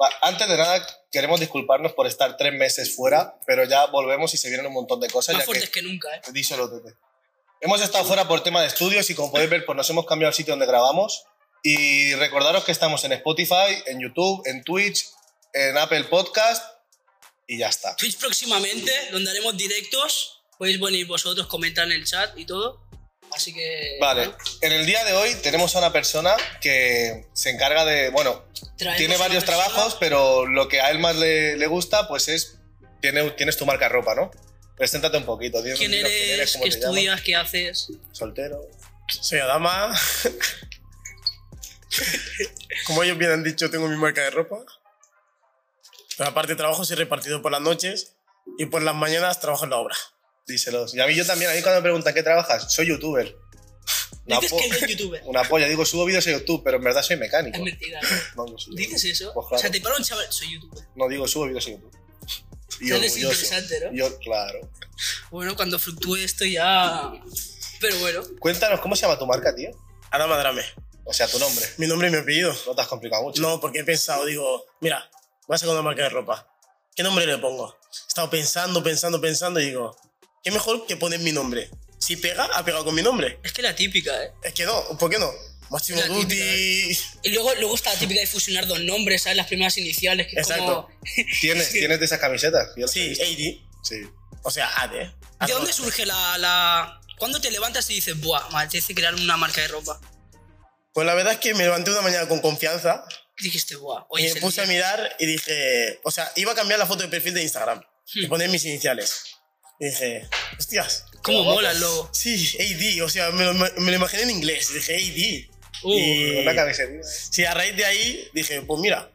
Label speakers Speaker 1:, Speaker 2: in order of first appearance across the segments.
Speaker 1: Va, Antes de nada, queremos disculparnos por estar tres meses fuera, pero ya volvemos y se vienen un montón de cosas.
Speaker 2: Más
Speaker 1: ya
Speaker 2: fuertes que nunca, ¿eh?
Speaker 1: que, díselo, Tete. Hemos estado fuera por tema de estudios y como podéis ver, pues nos hemos cambiado el sitio donde grabamos. Y recordaros que estamos en Spotify, en YouTube, en Twitch, en Apple Podcast y ya está.
Speaker 2: Twitch próximamente, donde haremos directos. Podéis venir vosotros, comentar en el chat y todo. Así que.
Speaker 1: Vale, en el día de hoy tenemos a una persona que se encarga de, bueno,
Speaker 2: traemos
Speaker 1: tiene
Speaker 2: una
Speaker 1: varios
Speaker 2: persona-
Speaker 1: trabajos, pero lo que a él más le, le gusta, pues es. Tiene, tienes tu marca ropa, ¿no? Preséntate un poquito. dinos-
Speaker 2: ¿Quién
Speaker 1: dinos
Speaker 2: eres?
Speaker 1: cómo
Speaker 2: ¿Qué
Speaker 1: te llamas.
Speaker 2: estudias? ¿Qué haces?
Speaker 1: Soltero.
Speaker 3: Soy Adama. Como ellos bien han dicho, tengo mi marca de ropa. Pero aparte trabajo, soy repartido por las noches y por las mañanas trabajo en la obra.
Speaker 1: Díselos. Y a mí yo también, a mí cuando me preguntan qué trabajas, soy youtuber. Una,
Speaker 2: Dices
Speaker 1: po-
Speaker 2: que eres youtuber.
Speaker 1: una polla, digo, subo vídeos a YouTube, pero en verdad soy mecánico.
Speaker 2: Es mentira. ¿no?
Speaker 1: No, no soy
Speaker 2: ¿Dices eso?
Speaker 1: Pues
Speaker 2: O
Speaker 1: claro.
Speaker 2: sea, te para un chaval. Soy youtuber.
Speaker 1: No, digo, subo vídeos a YouTube. Y
Speaker 2: Eres
Speaker 1: orgulloso.
Speaker 2: interesante, ¿no?
Speaker 1: Yo, claro.
Speaker 2: Bueno, cuando fluctúe esto ya. Pero bueno,
Speaker 1: Cuéntanos, ¿cómo se llama tu marca, tío?
Speaker 3: Adama Drame.
Speaker 1: O sea, tu nombre.
Speaker 3: Mi nombre y mi apellido.
Speaker 1: No te has complicado mucho.
Speaker 3: No, porque he pensado, digo, mira, voy a sacar una marca de ropa. ¿Qué nombre le pongo? He estado pensando, pensando, pensando y digo, ¿qué mejor que poner mi nombre? Si pega, ha pegado con mi nombre.
Speaker 2: es que la típica, ¿eh?
Speaker 3: Es que no, ¿por qué no? Máximo
Speaker 2: La
Speaker 3: Duty.
Speaker 2: Y luego, luego está la típica de fusionar dos nombres, ¿sabes? Las primeras iniciales, que es
Speaker 3: Exacto.
Speaker 2: como.
Speaker 1: ¿Tienes, ¿Tienes de esas camisetas? Yo las he
Speaker 3: Sí, eh,
Speaker 1: visto.
Speaker 3: AD.
Speaker 1: Sí.
Speaker 3: O sea, AD. ¿eh?
Speaker 2: ¿De dónde surge la, la... ¿Cuándo te levantas y dices, buah, me apetece crear una marca de ropa?
Speaker 3: Pues la verdad es que me levanté una mañana con confianza
Speaker 2: Dijiste, buah,
Speaker 3: y
Speaker 2: hoy es
Speaker 3: me
Speaker 2: el
Speaker 3: puse a
Speaker 2: día".
Speaker 3: mirar y dije, o sea, iba a cambiar la foto de perfil de Instagram y
Speaker 2: Hmm.
Speaker 3: poner mis iniciales. Y dije, hostias,
Speaker 2: ¿Cómo mola el logo?
Speaker 3: sí, AD, o sea, me lo, me lo imaginé en inglés, dije AD.
Speaker 2: Uh,
Speaker 3: y
Speaker 1: Una camiseta.
Speaker 3: sí, a raíz de ahí dije, pues mira,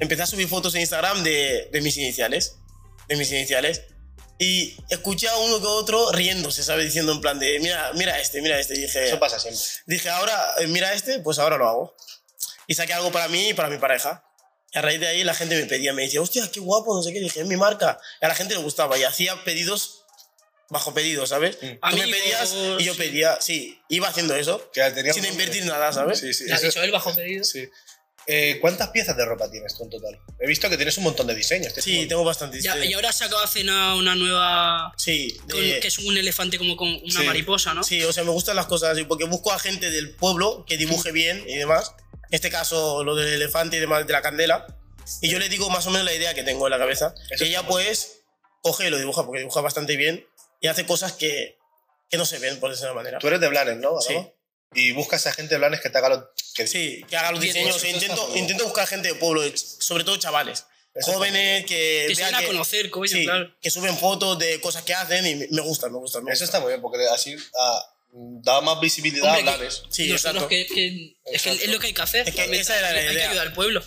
Speaker 3: empecé a subir fotos en Instagram de, de mis iniciales, de mis iniciales. Y escuché a uno que otro riéndose, ¿sabes? Diciendo en plan de, mira, mira este, mira este. Y dije,
Speaker 1: Eso pasa siempre.
Speaker 3: Dije, ahora, eh, mira este, pues ahora lo hago. Y saqué algo para mí y para mi pareja. Y a raíz de ahí la gente me pedía, me decía, hostia, qué guapo, no sé qué. Dije, es mi marca. Y a la gente le gustaba y hacía pedidos bajo pedido, ¿sabes?
Speaker 1: Mm.
Speaker 3: Tú me
Speaker 2: Amigos.
Speaker 3: pedías y yo pedía, sí, iba haciendo eso
Speaker 1: Que tenía
Speaker 3: sin
Speaker 1: un nombre.
Speaker 3: invertir nada, ¿sabes?
Speaker 1: eh, Sí, sí.
Speaker 2: ¿Lo ha
Speaker 1: eso-
Speaker 2: dicho él bajo pedido?
Speaker 1: sí. Eh, ¿Cuántas piezas de ropa tienes tú en total? He visto que tienes un montón de diseños. tienes un
Speaker 3: Sí,
Speaker 1: montón.
Speaker 3: tengo bastante.
Speaker 2: Ya-
Speaker 3: sí.
Speaker 2: y ahora has sacado hace nada una nueva...
Speaker 3: sí,
Speaker 2: con-
Speaker 3: de-
Speaker 2: que es un elefante como con una
Speaker 3: sí.
Speaker 2: mariposa, ¿no?
Speaker 3: Sí, o sea, me gustan las cosas así, porque busco a gente del pueblo que dibuje
Speaker 1: Mm.
Speaker 3: bien y demás. En este caso, lo del elefante y demás de la candela. Y yo le digo más o menos la idea que tengo en la cabeza.
Speaker 1: Eso
Speaker 3: y ella,
Speaker 1: está muy
Speaker 3: pues, coge y lo dibuja, porque dibuja bastante bien y hace cosas que, que no se ven, por decirlo de una manera.
Speaker 1: Tú eres de Blanes, ¿no? Adama?
Speaker 3: Sí.
Speaker 1: Y buscas a gente de Blanes que te haga lo que
Speaker 3: Sí, que haga los
Speaker 2: Bien,
Speaker 3: diseños.
Speaker 1: eso
Speaker 3: E
Speaker 1: está muy
Speaker 3: intento,
Speaker 1: bien.
Speaker 3: intento buscar gente de pueblo, sobre todo chavales.
Speaker 1: Eso está
Speaker 3: Jóvenes que,
Speaker 2: que se
Speaker 3: vean
Speaker 2: van a conocer, coño,
Speaker 3: sí,
Speaker 2: claro.
Speaker 3: que suben fotos de cosas que hacen y me me gusta, me gusta. me
Speaker 1: Eso
Speaker 3: gusta.
Speaker 1: está muy bien, porque así ah, da más visibilidad
Speaker 2: Hombre,
Speaker 1: a
Speaker 2: que-
Speaker 1: Blanes.
Speaker 3: Sí,
Speaker 2: Nosotros
Speaker 3: exacto.
Speaker 2: que, que- es que
Speaker 1: Exacto.
Speaker 2: es lo que hay que hacer.
Speaker 3: Es que
Speaker 2: realmente.
Speaker 3: esa era la
Speaker 2: hay, que
Speaker 3: idea.
Speaker 2: ayudar al pueblo.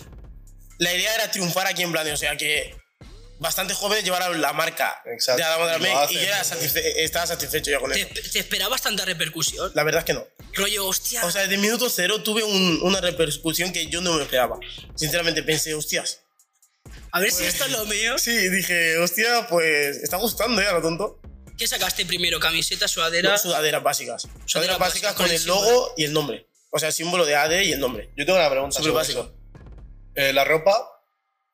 Speaker 3: La idea era triunfar aquí en Blanes, o sea que bastante jóvenes llevar la marca
Speaker 1: Exacto.
Speaker 3: de Adama
Speaker 1: Y lo
Speaker 3: Dramé y
Speaker 1: hacen.
Speaker 3: yo era satisfe- estaba satisfecho ya con
Speaker 2: Te,
Speaker 3: eso.
Speaker 2: te esperabas tanta repercusión.
Speaker 3: La verdad es que no.
Speaker 2: Rollo, hostia.
Speaker 3: O sea, desde minuto cero tuve un- una repercusión que yo no me esperaba. Sinceramente pensé, hostias.
Speaker 2: a ver si
Speaker 3: pues-
Speaker 2: esto es lo mío.
Speaker 3: Sí, dije, hostia, pues está gustando ya, lo tonto.
Speaker 2: ¿Qué sacaste primero? ¿Camiseta, sudadera?
Speaker 3: Dos sudaderas básicas. Sudaderas básicas con el
Speaker 2: símbolo.
Speaker 3: logo y el nombre. O sea, el símbolo de AD y el nombre.
Speaker 1: Yo tengo una pregunta.
Speaker 3: Súper
Speaker 1: sobre
Speaker 3: básico.
Speaker 1: eso. Eh, la ropa,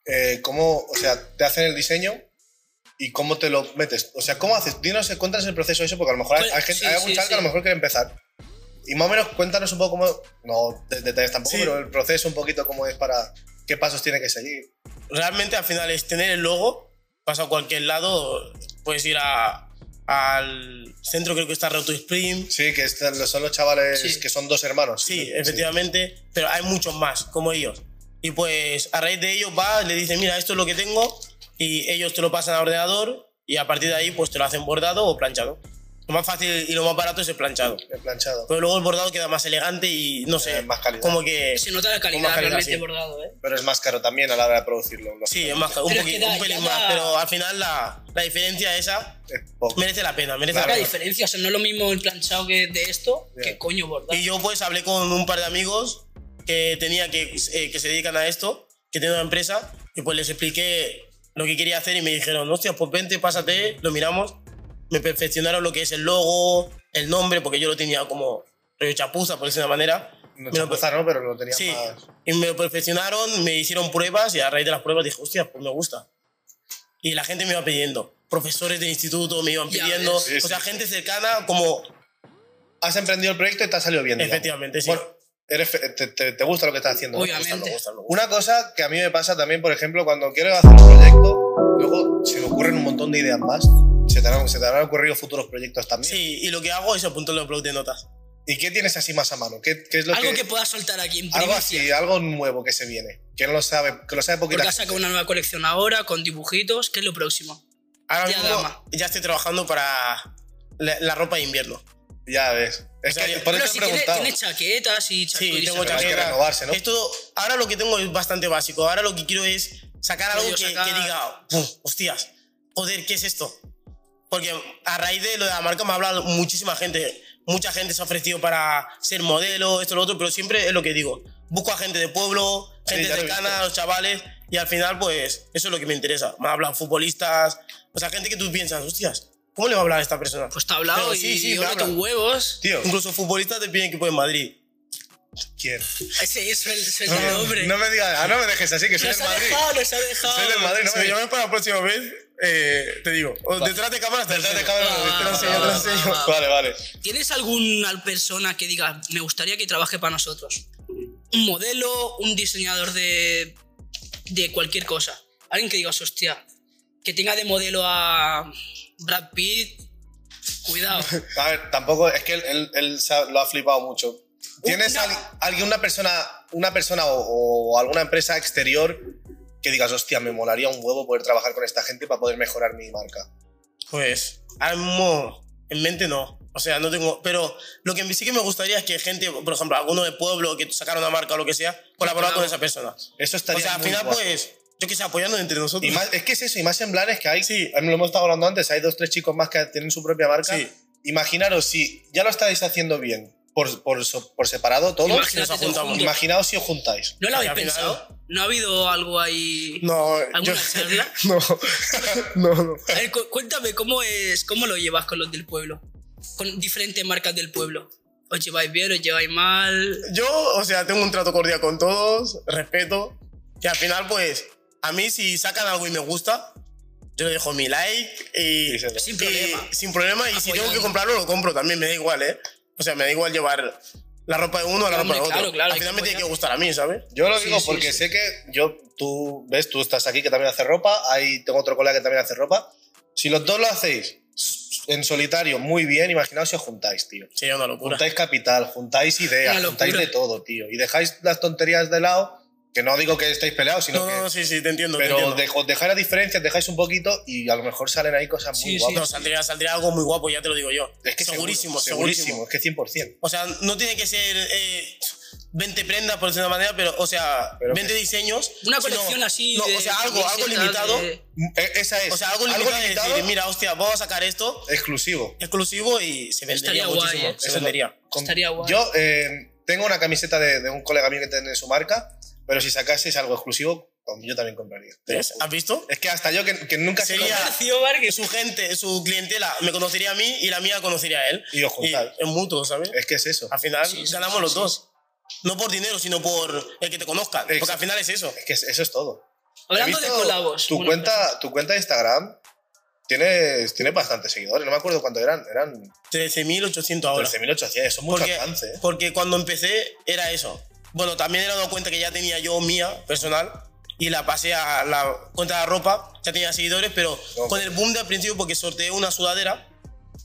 Speaker 1: eh, ¿cómo, o sea, te hacen el diseño y cómo te lo metes? O sea, ¿cómo haces? Dinos, cuéntanos el proceso de eso, porque a lo mejor hay,
Speaker 2: Pues,
Speaker 1: hay gente,
Speaker 2: sí,
Speaker 1: hay algún
Speaker 2: sí,
Speaker 1: chaval que a lo
Speaker 2: sí.
Speaker 1: mejor quiere empezar. Y más o menos cuéntanos un poco cómo, no de- detalles tampoco,
Speaker 3: Sí.
Speaker 1: pero el proceso un poquito cómo es para, qué pasos tiene que seguir.
Speaker 3: realmente al final es tener el logo, vas a cualquier lado, puedes ir a- al centro, creo que está Roto Spring.
Speaker 1: Sí, que están- son los chavales
Speaker 2: Sí.
Speaker 1: que son dos hermanos.
Speaker 3: Sí, efectivamente, pero hay muchos más, como ellos. Y pues a raíz de ellos va, le dice, mira, esto es lo que tengo, y ellos te lo pasan al ordenador, y a partir de ahí pues te lo hacen bordado o planchado. Lo más fácil y lo más barato es el planchado.
Speaker 1: El planchado.
Speaker 3: Pero luego el bordado queda más elegante y no sé,
Speaker 1: Eh, más calidad.
Speaker 3: Pues, como que...
Speaker 2: Se nota la
Speaker 3: Con
Speaker 2: calidad
Speaker 3: más calidad,
Speaker 2: realmente
Speaker 3: sí.
Speaker 2: bordado, ¿eh?
Speaker 1: Pero es más caro también a la hora de producirlo. lo-
Speaker 3: Sí, es más, un,
Speaker 2: Pero es que
Speaker 3: poquito,
Speaker 2: da-
Speaker 3: un pelín
Speaker 2: ya da-
Speaker 3: más, pero al final la, la diferencia esa
Speaker 1: es poco.
Speaker 3: merece la pena, merece
Speaker 1: Claro.
Speaker 3: la
Speaker 2: La
Speaker 3: pena.
Speaker 2: diferencia, o sea, no es lo mismo el planchado que de esto
Speaker 1: Ya.
Speaker 2: que coño bordado.
Speaker 3: Y yo pues hablé con un par de amigos que tenía que, eh, que se dedican a esto, que tienen una empresa, y pues les expliqué lo que quería hacer y me dijeron, hostia, pues vente, pásate, lo miramos. Me perfeccionaron lo que es el logo, el nombre, porque yo lo tenía como rollo chapuza, por decirlo de una manera.
Speaker 1: Nos
Speaker 3: Me lo-
Speaker 1: empezaron, pero no tenían
Speaker 3: Sí,
Speaker 1: más.
Speaker 3: y me lo perfeccionaron, me hicieron pruebas y a raíz de las pruebas dije, hostia, pues me gusta. Y la gente me iba pidiendo, profesores del instituto me iban
Speaker 2: Ya
Speaker 3: pidiendo,
Speaker 1: ves. Sí,
Speaker 3: o sea,
Speaker 1: sí,
Speaker 3: gente cercana como,
Speaker 1: Has emprendido el proyecto y te ha salido bien. digamos.
Speaker 3: efectivamente, sí.
Speaker 1: Bueno, eres fe- te, te- te gusta lo que estás haciendo. ¿no?
Speaker 2: Obviamente.
Speaker 3: Me gusta, me gusta.
Speaker 1: Una cosa que a mí me pasa también, por ejemplo, cuando quiero hacer un proyecto, luego se me ocurren un montón de ideas más. Se te harán, se te habrán ocurrido futuros proyectos también.
Speaker 3: Sí, y lo que hago es apuntarlo en el blog de notas.
Speaker 1: ¿Y qué tienes así más a mano? ¿Qué, qué es lo
Speaker 2: Algo
Speaker 1: que,
Speaker 2: que puedas soltar aquí en
Speaker 1: algo
Speaker 2: primicia.
Speaker 1: así, algo nuevo que se viene? Que no lo sabe, que lo sabe
Speaker 2: Porque
Speaker 1: poquita
Speaker 2: has sacado una nueva colección ahora con dibujitos. ¿Qué es lo próximo?
Speaker 3: Ahora
Speaker 2: Ya,
Speaker 3: mismo
Speaker 2: dama.
Speaker 3: ya estoy trabajando para la, la ropa de invierno.
Speaker 1: Ya ves. Es
Speaker 3: O sea,
Speaker 1: que
Speaker 3: yo-
Speaker 1: por eso te
Speaker 2: Pero
Speaker 1: he
Speaker 2: si tienes,
Speaker 1: preguntado.
Speaker 2: tienes chaquetas y chaquetas. pues
Speaker 3: Sí,
Speaker 2: y
Speaker 3: tengo
Speaker 1: pero hay que
Speaker 3: chaqueta.
Speaker 1: renovarse, ¿no?
Speaker 3: Es todo- ahora lo que tengo es bastante básico. Ahora lo que quiero es sacar algo
Speaker 2: Rollo
Speaker 3: que,
Speaker 2: sacar-
Speaker 3: que diga, "Uf, hostias, joder, ¿qué es esto? Porque a raíz de lo de la marca me ha hablado muchísima gente. Mucha gente se ha ofrecido para ser modelo, esto, lo otro, pero siempre es lo que digo. Busco a gente de pueblo,
Speaker 1: Sí,
Speaker 3: gente
Speaker 1: ya lo he
Speaker 3: cercana,
Speaker 1: visto.
Speaker 3: los chavales, y al final, pues, eso es lo que me interesa. Me hablan futbolistas, o sea, gente que tú piensas, hostias, ¿cómo le va a hablar a esta persona?
Speaker 2: Pues te ha hablado
Speaker 3: Pero
Speaker 2: y
Speaker 3: sí, sí, me
Speaker 2: yo
Speaker 3: habla.
Speaker 2: tus huevos.
Speaker 1: Tío,
Speaker 3: Incluso futbolistas te piden equipo en Madrid.
Speaker 1: ¿quién?
Speaker 2: Ese es el, es el
Speaker 1: No, no,
Speaker 2: hombre.
Speaker 1: no me digas, ah, no me dejes así, que soy
Speaker 2: nos
Speaker 1: del
Speaker 2: ha
Speaker 1: Madrid.
Speaker 2: dejado, nos ha dejado.
Speaker 1: Soy del Madrid, no
Speaker 3: Si
Speaker 1: me
Speaker 3: me
Speaker 1: digas.
Speaker 3: llamas para la próxima vez, eh, te digo. O
Speaker 1: Va.
Speaker 3: detrás de cámaras, te
Speaker 1: Detrás de
Speaker 3: enseño.
Speaker 1: cámara
Speaker 2: Ah,
Speaker 1: te lo enseño,
Speaker 3: va,
Speaker 1: te lo
Speaker 3: va,
Speaker 1: enseño.
Speaker 2: va, va.
Speaker 1: Vale, vale.
Speaker 2: ¿Tienes alguna persona que diga, me gustaría que trabaje para nosotros? Un modelo, un diseñador de, de cualquier cosa. Alguien que diga, hostia, que tenga de modelo a Brad Pitt. Cuidado.
Speaker 1: A ver, tampoco, es que él, él- él se ha- lo ha flipado mucho. ¿Tienes
Speaker 2: Una-
Speaker 1: al- alguien, una persona, una persona o, o alguna empresa exterior que digas, hostia, me molaría un huevo poder trabajar con esta gente para poder mejorar mi marca?
Speaker 3: Pues, ahora mismo, en mente no. O sea, no tengo. Pero lo que sí que me gustaría es que gente, por ejemplo, alguno de pueblo que sacara una marca o lo que sea, colaborar
Speaker 2: Claro.
Speaker 3: con esa persona.
Speaker 1: Eso
Speaker 3: O
Speaker 1: estaría
Speaker 3: sea, al
Speaker 1: muy
Speaker 3: final,
Speaker 1: guapo.
Speaker 3: pues, yo que sé, apoyando entre nosotros.
Speaker 1: Y más- es que es eso, y más en planes que hay, Eh,
Speaker 3: Sí.
Speaker 1: lo hemos estado hablando antes, hay dos, tres chicos más que tienen su propia marca.
Speaker 3: Sí.
Speaker 1: Imaginaros si ya lo estáis haciendo bien por, por so- por separado todos,
Speaker 3: que nos
Speaker 2: Imagínate, todo
Speaker 3: apuntamos.
Speaker 2: junto.
Speaker 1: imaginaos si os juntáis.
Speaker 2: ¿No lo habéis
Speaker 3: Al final-
Speaker 2: pensado? ¿No ha habido algo ahí?
Speaker 3: No, yo.
Speaker 2: ¿Alguna charla?
Speaker 3: No, no, no.
Speaker 2: A ver, cu- cuéntame, ¿cómo, es, ¿cómo lo llevas con los del pueblo? Con diferentes marcas del pueblo. ¿Os lleváis bien, os lleváis mal?
Speaker 3: Yo, o sea, tengo un trato cordial con todos, respeto. Y al final, pues, a mí si sacan algo y me gusta, yo le dejo mi like y.
Speaker 1: Y se-
Speaker 2: Sin
Speaker 3: y-
Speaker 2: problema.
Speaker 3: sin problema. Y si
Speaker 2: Apoyando.
Speaker 3: tengo que comprarlo, lo compro también, me da igual, ¿eh? O sea, me da igual llevar la ropa de uno a la
Speaker 2: Hombre,
Speaker 3: ropa de
Speaker 2: claro,
Speaker 3: otro.
Speaker 2: claro, hay
Speaker 3: al final
Speaker 2: que
Speaker 3: me tiene que
Speaker 2: apoyar.
Speaker 3: gustar a mí, ¿sabes?
Speaker 1: Yo lo
Speaker 2: Sí,
Speaker 1: digo
Speaker 2: sí,
Speaker 1: porque
Speaker 2: sí.
Speaker 1: sé que yo, tú ves, tú estás aquí que también hace ropa, ahí tengo otro colega que también hace ropa. Si los dos lo hacéis en solitario muy bien, imaginaos si os juntáis, tío.
Speaker 3: Sería una locura.
Speaker 1: Juntáis capital, juntáis
Speaker 2: Una
Speaker 1: ideas,
Speaker 2: locura.
Speaker 1: juntáis de todo, tío. Y dejáis las tonterías de lado, que no digo que estéis peleados, sino
Speaker 3: No,
Speaker 1: que...
Speaker 3: no, no, sí, sí, te entiendo. te
Speaker 1: pero
Speaker 3: entiendo.
Speaker 1: dejo- dejáis las diferencias, dejáis un poquito y a lo mejor salen ahí cosas muy
Speaker 2: Sí, sí.
Speaker 1: guapas.
Speaker 3: No, saldría, saldría algo muy guapo, ya te lo digo yo. segurísimo,
Speaker 1: seguro,
Speaker 3: segurísimo.
Speaker 1: segurísimo, Es que 100%.
Speaker 3: O sea, no tiene que ser eh, 20 prendas, por decirlo de una manera, pero, o sea,
Speaker 1: Pero
Speaker 3: 20 diseños.
Speaker 2: Una
Speaker 3: sino-
Speaker 2: colección así.
Speaker 3: No,
Speaker 2: de
Speaker 3: o sea, algo, algo
Speaker 2: camisetas,
Speaker 3: limitado.
Speaker 2: de-
Speaker 1: E- Esa es.
Speaker 3: O sea, algo limitado, de decir, mira, hostia, vamos a sacar esto
Speaker 1: exclusivo.
Speaker 3: exclusivo y se vendería
Speaker 2: Estaría guay,
Speaker 3: muchísimo.
Speaker 2: ¿eh?
Speaker 3: Se
Speaker 1: Eso
Speaker 3: vendería.
Speaker 1: Con-
Speaker 2: Estaría guay.
Speaker 1: Yo eh, tengo una camiseta de, de un colega mío que tiene su marca, pero si sacaseis algo exclusivo, pues yo también compraría.
Speaker 3: ¿Ves? ¿Has visto?
Speaker 1: Es que hasta yo que, que nunca sé
Speaker 3: Sería-
Speaker 1: cómo-
Speaker 2: Tío, Marque,
Speaker 3: Su gente, su clientela me conocería a mí y la mía conocería a él.
Speaker 1: Y os
Speaker 3: Y
Speaker 1: juntáis.
Speaker 3: es mutuo, ¿sabes?
Speaker 1: Es que es eso.
Speaker 3: Al final
Speaker 2: Sí, sí,
Speaker 3: ganamos
Speaker 2: sí,
Speaker 3: los
Speaker 2: sí.
Speaker 3: dos. No por dinero, sino por el que te conozcan. Porque
Speaker 1: Exacto.
Speaker 3: al final es eso.
Speaker 1: Es que es- eso es todo.
Speaker 2: Hablando
Speaker 1: He
Speaker 2: de
Speaker 1: visto
Speaker 2: colabos.
Speaker 1: Tu
Speaker 2: una
Speaker 1: cuenta, tu cuenta de Instagram tiene, tiene bastantes seguidores. No me acuerdo cuántos eran. Eran
Speaker 3: 13.800 ahora.
Speaker 1: 13.800. Son muchos
Speaker 3: Porque,
Speaker 1: alcances. ¿eh?
Speaker 3: porque cuando empecé era eso. Bueno, también era una cuenta que ya tenía yo mía, personal, y la pasé a la cuenta de la ropa, ya tenía seguidores, pero
Speaker 1: No.
Speaker 3: con el boom de al principio porque sorteé una sudadera.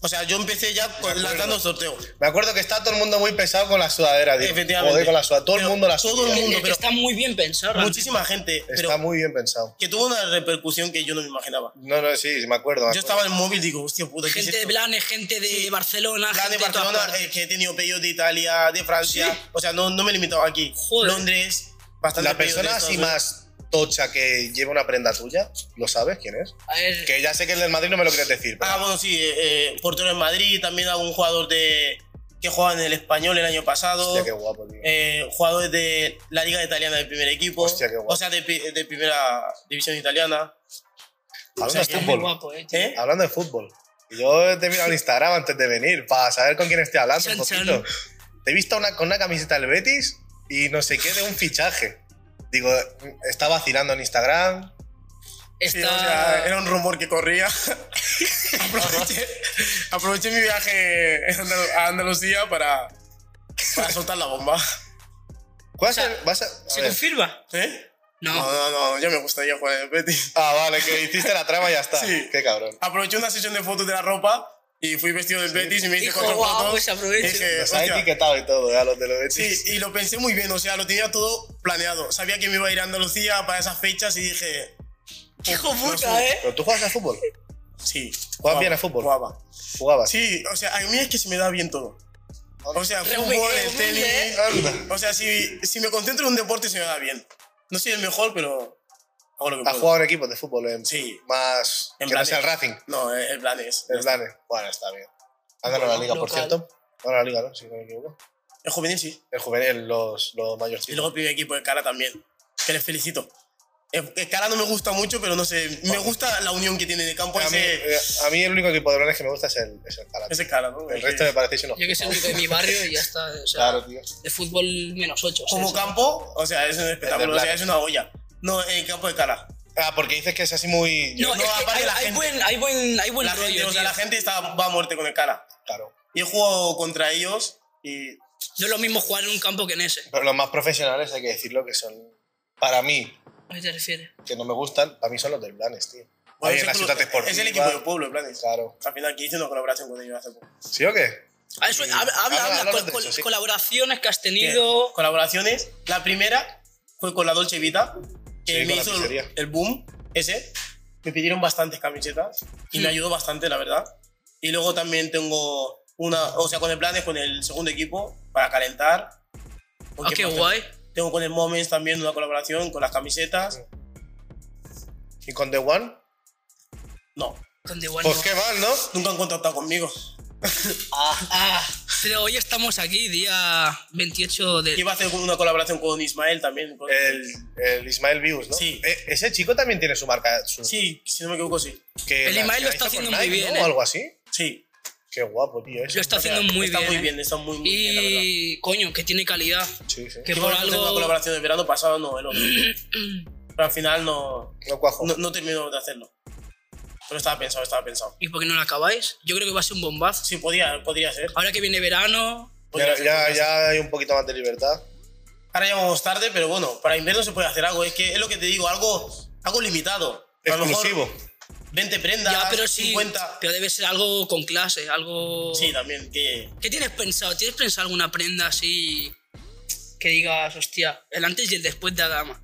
Speaker 3: O sea, yo empecé ya con-
Speaker 1: acuerdo.
Speaker 3: lanzando sorteo.
Speaker 1: Me acuerdo que está todo el mundo muy pesado con la sudadera. Digo.
Speaker 3: Efectivamente.
Speaker 1: Joder, con la sudadera. Todo el
Speaker 3: Pero
Speaker 1: mundo la
Speaker 3: todo el
Speaker 1: sudadera.
Speaker 2: Que-
Speaker 3: mundo,
Speaker 2: que
Speaker 3: pero-
Speaker 2: está muy bien pensado. realmente.
Speaker 3: Muchísima gente,
Speaker 1: Está
Speaker 3: pero
Speaker 1: muy bien pensado.
Speaker 3: que tuvo una repercusión que yo no me imaginaba.
Speaker 1: No, no, sí, me acuerdo. me acuerdo.
Speaker 3: Yo estaba en el móvil y digo, hostia puta, ¿qué
Speaker 2: Gente
Speaker 3: es
Speaker 2: de
Speaker 3: esto?
Speaker 2: Blanes, gente de
Speaker 3: Sí.
Speaker 2: Barcelona,
Speaker 3: Plan de
Speaker 2: gente de todas
Speaker 3: Barcelona,
Speaker 2: partes.
Speaker 3: eh, que he tenido pedidos de Italia, de Francia.
Speaker 2: Sí.
Speaker 3: O sea, no, no me he limitado aquí.
Speaker 2: Joder.
Speaker 3: Londres, bastante
Speaker 1: La persona así más tocha que lleva una prenda tuya, ¿lo sabes quién es?
Speaker 3: eh,
Speaker 2: A ver,
Speaker 1: Que ya sé que el del Madrid no me lo quieres decir. pero-
Speaker 3: Ah, bueno, sí, eh, eh, portero en Madrid, también algún jugador de que juega en el español el año pasado.
Speaker 1: Hostia, qué guapo, tío.
Speaker 3: eh, jugadores de la Liga Italiana del primer equipo.
Speaker 1: Hostia, qué guapo.
Speaker 3: O sea, de, pi- de primera división italiana. o
Speaker 1: hablando,
Speaker 3: sea,
Speaker 1: de
Speaker 3: que es
Speaker 2: es muy
Speaker 1: fútbol,
Speaker 2: guapo, eh. tío.
Speaker 3: ¿Eh?
Speaker 1: hablando de fútbol. Yo te he mirado en Instagram antes de venir para saber con quién estoy hablando un
Speaker 2: Chan, chan.
Speaker 1: poquito. te he visto una, con una camiseta del Betis y no sé qué de un fichaje. Digo, está vacilando en Instagram.
Speaker 3: Sí, o sea,
Speaker 2: Está.
Speaker 3: era un rumor que corría. aproveché, aproveché mi viaje en Andal- a Andalucía para, para soltar la bomba.
Speaker 1: ¿Cuál es
Speaker 2: sea,
Speaker 1: el- vas a- a
Speaker 2: ¿Se
Speaker 1: ver.
Speaker 2: confirma?
Speaker 3: ¿eh?
Speaker 2: No.
Speaker 3: No, no, no, ya me gustaría jugar en el Betis.
Speaker 1: Ah, vale, que hiciste la trama y ya está.
Speaker 3: Sí.
Speaker 1: Qué cabrón.
Speaker 3: Aproveché una sesión de fotos de la ropa y fui vestido del Betis y me hice
Speaker 2: Hijo,
Speaker 3: cuatro
Speaker 2: guau,
Speaker 3: fotos.
Speaker 2: pues aprovecho.
Speaker 3: Y dije,
Speaker 1: Nos ha
Speaker 3: Eh, "Hostia".
Speaker 1: etiquetado y todo, ya los de los
Speaker 3: Sí,
Speaker 1: Betis.
Speaker 3: y lo pensé muy bien, o sea, lo tenía todo planeado. Sabía que me iba a ir a Andalucía para esas fechas y dije,
Speaker 2: Hijo
Speaker 3: no
Speaker 2: puta,
Speaker 3: sé.
Speaker 2: eh.
Speaker 1: Pero tú juegas a fútbol.
Speaker 3: sí.
Speaker 1: ¿Juegas bien al fútbol?
Speaker 3: Jugaba.
Speaker 1: Jugabas.
Speaker 3: Sí, o sea, a mí es que se me da bien todo. O sea,
Speaker 2: Re
Speaker 3: fútbol,
Speaker 2: humilde,
Speaker 3: el tenis.
Speaker 2: humilde,
Speaker 1: Anda.
Speaker 3: O sea, si, si me concentro en un deporte se me da bien. No soy el mejor, pero hago lo que
Speaker 1: ¿Has
Speaker 3: puedo.
Speaker 1: jugado en equipos de fútbol? En,
Speaker 3: Sí.
Speaker 1: Más.
Speaker 3: En
Speaker 1: que no sea el
Speaker 3: planes.
Speaker 1: Racing.
Speaker 3: No, el el plan es.
Speaker 1: El Blanes. Bueno, está bien. Ha ganado
Speaker 2: Bueno,
Speaker 1: la liga, por
Speaker 2: local.
Speaker 1: cierto. Ahora la liga, ¿no? Si no me equivoco.
Speaker 3: El juvenil sí.
Speaker 1: El juvenil, los, los
Speaker 3: Y
Speaker 1: mayorcitos.
Speaker 3: luego el primer equipo de cara también. Que les felicito. El, el cara no me gusta mucho, pero no sé. Me gusta la unión que tiene en el campo
Speaker 1: a, mí,
Speaker 3: ese,
Speaker 1: eh, a mí el único equipo de Blanes que me gusta es el, es el Calate.
Speaker 3: ese cara, ¿no?
Speaker 1: El resto me parecéis unos.
Speaker 2: Yo que soy el único de mi barrio y ya está. O sea,
Speaker 1: Claro, tío.
Speaker 2: de fútbol menos 8.
Speaker 3: Como campo, o sea, es un espectáculo, o sea,
Speaker 1: Blanes.
Speaker 3: es una olla. No, en el campo de cara.
Speaker 1: Ah, porque dices que es así muy.
Speaker 2: No,
Speaker 3: No,
Speaker 2: es que
Speaker 3: aparte
Speaker 2: hay,
Speaker 3: la
Speaker 2: hay
Speaker 3: gente.
Speaker 2: buen, hay buen, hay buen
Speaker 3: La
Speaker 2: rollo.
Speaker 3: gente, o sea,
Speaker 2: tío.
Speaker 3: la gente está, va a muerte con el cara.
Speaker 1: Claro.
Speaker 3: Y he jugado contra ellos y
Speaker 2: No es lo mismo jugar en un campo que en ese.
Speaker 1: Pero los más profesionales, hay que decirlo, que son. Para mí,
Speaker 2: ¿A qué te refieres?
Speaker 1: que no me gustan, para mí son los del Blanes, tío.
Speaker 3: Bueno,
Speaker 1: Ahí en
Speaker 3: es el
Speaker 1: la
Speaker 3: club-
Speaker 1: ciudad deportiva.
Speaker 3: Es el equipo de pueblo, en plan. es-
Speaker 1: Claro.
Speaker 3: Al final, que hice una colaboración con ellos hace poco.
Speaker 1: ¿Sí o qué?
Speaker 2: Ah, eso-
Speaker 1: Mm,
Speaker 2: habla, habla,
Speaker 1: habla-
Speaker 2: habla,
Speaker 1: háblanos
Speaker 2: col-
Speaker 1: de
Speaker 2: col-
Speaker 1: eso, sí.
Speaker 2: colaboraciones que has
Speaker 3: Que-
Speaker 2: tenido.
Speaker 3: Colaboraciones. La primera fue con la Dolce Vita, que
Speaker 1: Sí,
Speaker 3: me
Speaker 1: con la
Speaker 3: hizo
Speaker 1: pizzería.
Speaker 3: el boom ese. Me pidieron bastantes camisetas y me
Speaker 2: Mm.
Speaker 3: ayudó bastante, la verdad. Y luego también tengo una, o sea, con el planes con el segundo equipo para calentar. ¿Con
Speaker 2: Ah, qué
Speaker 3: quién más
Speaker 2: guay.
Speaker 3: Tengo? Tengo con el Moments también una colaboración con las camisetas.
Speaker 1: ¿Y con The One?
Speaker 3: No,
Speaker 2: Donde igual
Speaker 1: Pues
Speaker 2: no.
Speaker 1: qué mal, ¿no?
Speaker 3: nunca han contactado conmigo.
Speaker 2: Ah, pero hoy estamos aquí, día 28 de.
Speaker 3: Iba a hacer una colaboración con Ismael también. con-
Speaker 1: El, el Ismael Views, ¿no?
Speaker 3: Sí.
Speaker 1: E- ese chico también tiene su marca. Su,
Speaker 3: Sí, si no me equivoco, sí.
Speaker 1: que
Speaker 2: El
Speaker 1: la-
Speaker 2: Ismael
Speaker 1: que
Speaker 2: lo
Speaker 1: la
Speaker 2: está
Speaker 1: hizo con
Speaker 2: haciendo muy
Speaker 1: Nike,
Speaker 2: bien,
Speaker 1: ¿no?
Speaker 2: ¿eh?
Speaker 1: O algo así.
Speaker 3: Sí.
Speaker 1: Qué guapo, tío. Eso.
Speaker 2: Lo está
Speaker 3: O sea,
Speaker 2: haciendo muy
Speaker 3: está
Speaker 2: bien.
Speaker 3: muy
Speaker 2: ¿eh?
Speaker 3: bien, está muy, muy bien, la verdad.
Speaker 2: Y coño, que tiene calidad.
Speaker 1: Sí, sí.
Speaker 2: Que
Speaker 3: Que
Speaker 2: por
Speaker 3: una
Speaker 2: algo.
Speaker 3: colaboración de verano pasado, no, el otro. Pero al final no,
Speaker 1: No cuajo.
Speaker 3: no, no terminó de hacerlo. Pero estaba pensado, estaba pensado.
Speaker 2: ¿Y por qué no la acabáis? Yo creo que va a ser un bombazo.
Speaker 3: Sí, podía, podría ser.
Speaker 2: Ahora que viene verano.
Speaker 3: podría
Speaker 1: ya,
Speaker 3: ser,
Speaker 1: ya,
Speaker 3: podría ser.
Speaker 1: ya hay un poquito más de libertad.
Speaker 3: Ahora ya vamos tarde, pero bueno, para invierno se puede hacer algo. Es que es lo que te digo, algo, algo limitado. A lo mejor
Speaker 1: Exclusivo.
Speaker 3: 20 prendas,
Speaker 2: Ya, pero sí.
Speaker 3: 50.
Speaker 2: Pero debe ser algo con clase, algo.
Speaker 3: Sí, también, que
Speaker 2: ¿Qué tienes pensado? ¿Tienes pensado alguna prenda así que digas, hostia, el antes y el después de Adama?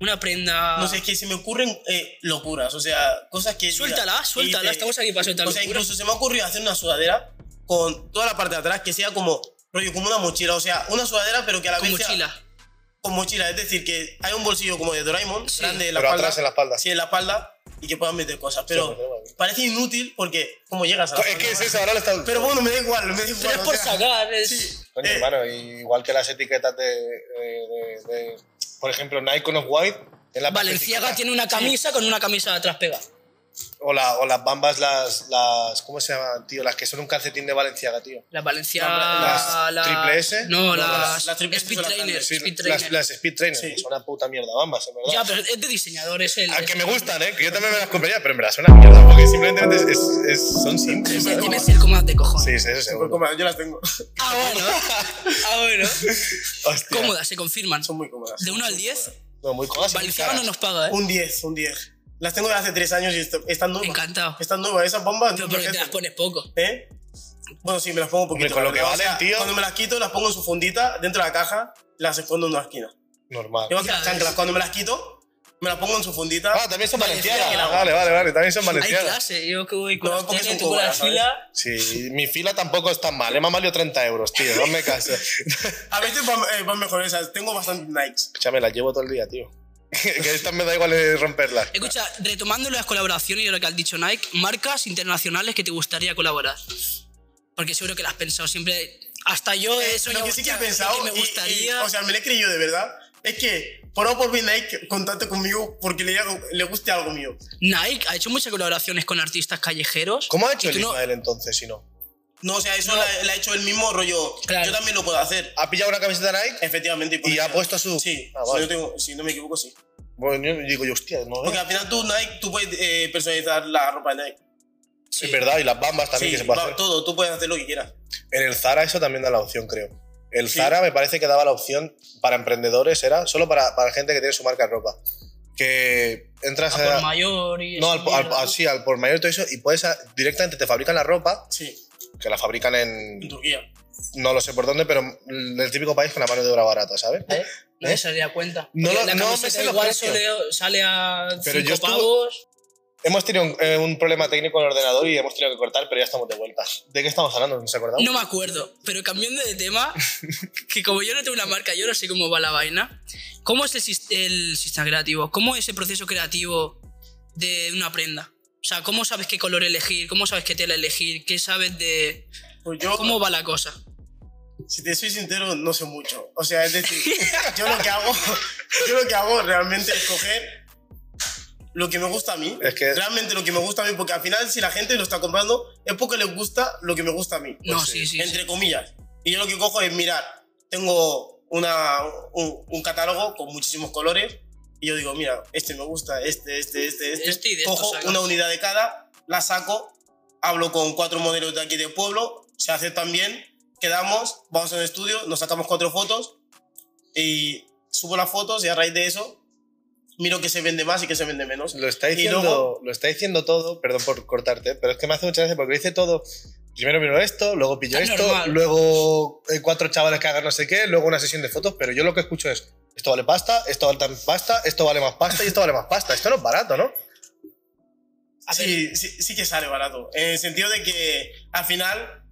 Speaker 2: Una prenda...
Speaker 3: No sé, es que se me ocurren eh, locuras, o sea, cosas que...
Speaker 2: Suéltala,
Speaker 3: que
Speaker 2: suéltala,
Speaker 3: dices-
Speaker 2: estamos aquí para soltar
Speaker 3: O sea,
Speaker 2: locuras.
Speaker 3: incluso se me ha ocurrido hacer una sudadera con toda la parte de atrás que sea como, rollo, como una mochila, o sea, una sudadera pero que a la
Speaker 2: Con
Speaker 3: vez sea
Speaker 2: mochila.
Speaker 3: con mochila, es decir, que hay un bolsillo como de Doraemon,
Speaker 2: Sí.
Speaker 3: grande en la
Speaker 1: Pero
Speaker 3: espalda,
Speaker 1: atrás en la espalda.
Speaker 3: sí, en la espalda, y que puedan meter cosas,
Speaker 1: Sí, me
Speaker 3: pero
Speaker 1: da igual.
Speaker 3: parece inútil porque, ¿cómo llegas a la
Speaker 1: Es que es
Speaker 3: espalda?
Speaker 1: eso, ahora lo está.
Speaker 3: Pero bueno, me da igual, me da igual,
Speaker 2: Pero es
Speaker 3: o
Speaker 2: por
Speaker 3: sea,
Speaker 2: sacar, es...
Speaker 1: Coño,
Speaker 3: eh.
Speaker 1: hermano, igual que las etiquetas de. de- de- de- por ejemplo, Nike on White. En la
Speaker 2: Valenciaga
Speaker 1: parte
Speaker 2: tiene una camisa con una camisa atrás pega.
Speaker 1: O, la- o las bambas, las, las. ¿Cómo se llaman, tío? Las que son un calcetín de Valenciaga, tío.
Speaker 2: La Valenciaga...
Speaker 1: La- las
Speaker 2: la-
Speaker 1: triple S.
Speaker 2: No,
Speaker 1: No,
Speaker 2: las,
Speaker 3: las- las triple S
Speaker 2: Speed
Speaker 3: son las
Speaker 2: Trainer.
Speaker 3: grandes,
Speaker 1: Sí,
Speaker 2: Speed
Speaker 1: las,
Speaker 2: Trainer.
Speaker 1: las Speed Trainers,
Speaker 3: Sí.
Speaker 1: que son una puta mierda, bambas, en verdad.
Speaker 2: Ya, pero es de diseñador, es el...
Speaker 1: Aunque
Speaker 2: es-
Speaker 1: me gustan, ¿eh? Que yo también me las compraría, pero me las suena mierda, porque simplemente es- es- es- son simples.
Speaker 2: es-
Speaker 1: ¿sabes?
Speaker 2: Debe ser como de cojones.
Speaker 1: Sí, sí, eso
Speaker 3: Pero
Speaker 1: seguro.
Speaker 3: cómodas, yo las tengo,
Speaker 2: Ah, bueno. ah, bueno.
Speaker 1: Hostia.
Speaker 2: Cómodas, se confirman.
Speaker 3: son muy cómodas.
Speaker 2: De 1 al
Speaker 3: Son
Speaker 2: 10,
Speaker 1: No, muy cómodas. y muy
Speaker 2: Valenciaga no
Speaker 1: caras.
Speaker 2: nos paga, ¿eh?
Speaker 3: Un 10, un 10. Las tengo de hace 3 años y est- están nuevas.
Speaker 2: Encantado.
Speaker 3: Están nuevas, esas bombas.
Speaker 2: Pero porque te las
Speaker 3: perfecto.
Speaker 2: pones poco.
Speaker 3: ¿Eh? Bueno, sí, me las pongo un
Speaker 1: Hombre,
Speaker 3: poquito.
Speaker 1: con
Speaker 3: la
Speaker 1: lo que
Speaker 3: verdad.
Speaker 1: valen, tío.
Speaker 3: Cuando me las quito, las pongo en su fundita, dentro de la caja, las escondo en una esquina.
Speaker 1: Normal.
Speaker 3: Igual que las
Speaker 2: Ya,
Speaker 3: chanclas, cuando me las quito, me las pongo en su fundita.
Speaker 1: Ah, también son
Speaker 2: Valenciaga.
Speaker 1: valencianas. Vale, vale, vale. También son
Speaker 2: Hay
Speaker 1: valencianas.
Speaker 2: clase, yo que voy con
Speaker 3: No,
Speaker 2: las
Speaker 3: porque
Speaker 2: tenis,
Speaker 3: son
Speaker 2: tú con la
Speaker 3: cubanas, ¿sabes?
Speaker 2: fila.
Speaker 1: Sí, mi fila tampoco es tan mal. ¿eh? Me ha valido 30 euros, tío. No me caso.
Speaker 3: A veces van, eh, van mejor esas. Tengo bastantes Nikes.
Speaker 1: Escúchame, las llevo todo el día, tío. que estas me da igual eh, romperlas.
Speaker 2: Escucha, retomando las colaboraciones y lo que has dicho Nike, marcas internacionales que te gustaría colaborar. Porque seguro que las has pensado siempre. Hasta yo he soñado.
Speaker 3: Lo que sí que he
Speaker 2: hostia,
Speaker 3: pensado.
Speaker 2: lo que
Speaker 3: y-
Speaker 2: me
Speaker 3: y-
Speaker 2: gustaría.
Speaker 3: o sea, me lo he creído de verdad. Es que, por A por B, Nike contacte conmigo porque le, hago- le guste algo mío.
Speaker 2: Nike ha hecho muchas colaboraciones con artistas callejeros.
Speaker 1: ¿Cómo ha hecho
Speaker 2: Y tú
Speaker 1: el
Speaker 2: no-
Speaker 1: Ismael entonces, si no?
Speaker 3: No, o sea, eso
Speaker 2: No.
Speaker 3: La, la ha hecho el mismo rollo.
Speaker 2: Claro.
Speaker 3: Yo también lo puedo hacer.
Speaker 1: Ha pillado una camiseta Nike
Speaker 3: Efectivamente.
Speaker 1: y
Speaker 3: ponerse-
Speaker 1: ha puesto su.
Speaker 3: Sí,
Speaker 1: Ah,
Speaker 3: si,
Speaker 1: vale.
Speaker 3: no tengo- si no me equivoco, sí.
Speaker 1: Bueno, yo digo yo, hostia, no
Speaker 3: Porque
Speaker 1: veo.
Speaker 3: al final tú, Nike, tú puedes eh, personalizar la ropa de Nike.
Speaker 2: Sí.
Speaker 1: Es verdad, y las bambas también
Speaker 3: sí,
Speaker 1: que se puede
Speaker 3: va-
Speaker 1: hacer.
Speaker 3: todo, tú puedes hacer lo que quieras.
Speaker 1: En el Zara eso también da la opción, creo. El
Speaker 3: Sí.
Speaker 1: Zara me parece que daba la opción para emprendedores, era solo para, para gente que tiene su marca de ropa. Que entras
Speaker 2: A
Speaker 1: a...
Speaker 2: Ah, por mayor y.
Speaker 1: no,
Speaker 2: esa
Speaker 1: al, al-
Speaker 2: mierda,
Speaker 1: al- sí, al por mayor y todo eso, y puedes a- directamente te fabrican la ropa,
Speaker 3: Sí,
Speaker 1: que la fabrican
Speaker 3: en
Speaker 1: en,
Speaker 3: Turquía.
Speaker 1: no lo sé por dónde, pero en el típico país con la mano de obra barata, ¿sabes?
Speaker 2: ¿Eh? No
Speaker 1: ¿Eh?
Speaker 2: me salía cuenta.
Speaker 1: No
Speaker 2: Porque
Speaker 1: lo-
Speaker 2: la
Speaker 1: no me
Speaker 2: camiseta
Speaker 1: sé los
Speaker 2: igual
Speaker 1: precios.
Speaker 2: sale, sale a
Speaker 1: Pero yo
Speaker 2: 5
Speaker 1: estuve-
Speaker 2: pavos.
Speaker 1: Hemos tenido un, eh, un problema técnico en el ordenador y hemos tenido que cortar, pero ya estamos de vuelta. ¿De qué estamos hablando? ¿Nos acordamos?
Speaker 2: No me acuerdo, pero cambiando de tema, que como yo no tengo una marca, yo no sé cómo va la vaina. ¿Cómo es el, sis- el sistema creativo? ¿Cómo es el proceso creativo de una prenda? O sea, ¿cómo sabes qué color elegir? ¿Cómo sabes qué tela elegir? ¿Qué sabes de
Speaker 3: Pues yo,
Speaker 2: cómo va la cosa?
Speaker 3: si te soy sincero, no sé mucho. O sea, es decir, yo lo que hago, yo lo que hago realmente es coger lo que me gusta a mí.
Speaker 1: Es que-
Speaker 3: Realmente lo que me gusta a mí, porque al final si la gente lo está comprando es porque les gusta lo que me gusta a mí.
Speaker 2: no,
Speaker 1: sí.
Speaker 2: sí, sí. sí.
Speaker 3: Pues entre comillas. Y yo lo que cojo es mirar. Tengo una, un, un catálogo con muchísimos colores y yo digo, mira, este me gusta, este, este, este, este.
Speaker 2: Este y de estos
Speaker 3: cojo
Speaker 2: sacas.
Speaker 3: una unidad de cada, la saco, hablo con cuatro modelos de aquí del pueblo, se aceptan bien, quedamos, vamos al estudio, nos sacamos cuatro fotos y subo las fotos y a raíz de eso miro que se vende más y que se vende menos.
Speaker 1: Lo está,
Speaker 3: Y
Speaker 1: diciendo,
Speaker 3: luego-
Speaker 1: lo está diciendo todo, perdón por cortarte, pero es que me hace mucha gracia porque dice todo. Primero miro esto, luego pillo
Speaker 3: Ah,
Speaker 2: Es
Speaker 1: esto,
Speaker 2: normal.
Speaker 1: luego eh, cuatro chavales que hagan no sé qué, luego una sesión de fotos, pero yo lo que escucho es, esto vale pasta, esto vale tan pasta, esto vale más pasta y esto vale más pasta. Esto no es barato, ¿no?
Speaker 2: A
Speaker 3: Sí, sí, sí que sale barato. En el sentido de que al final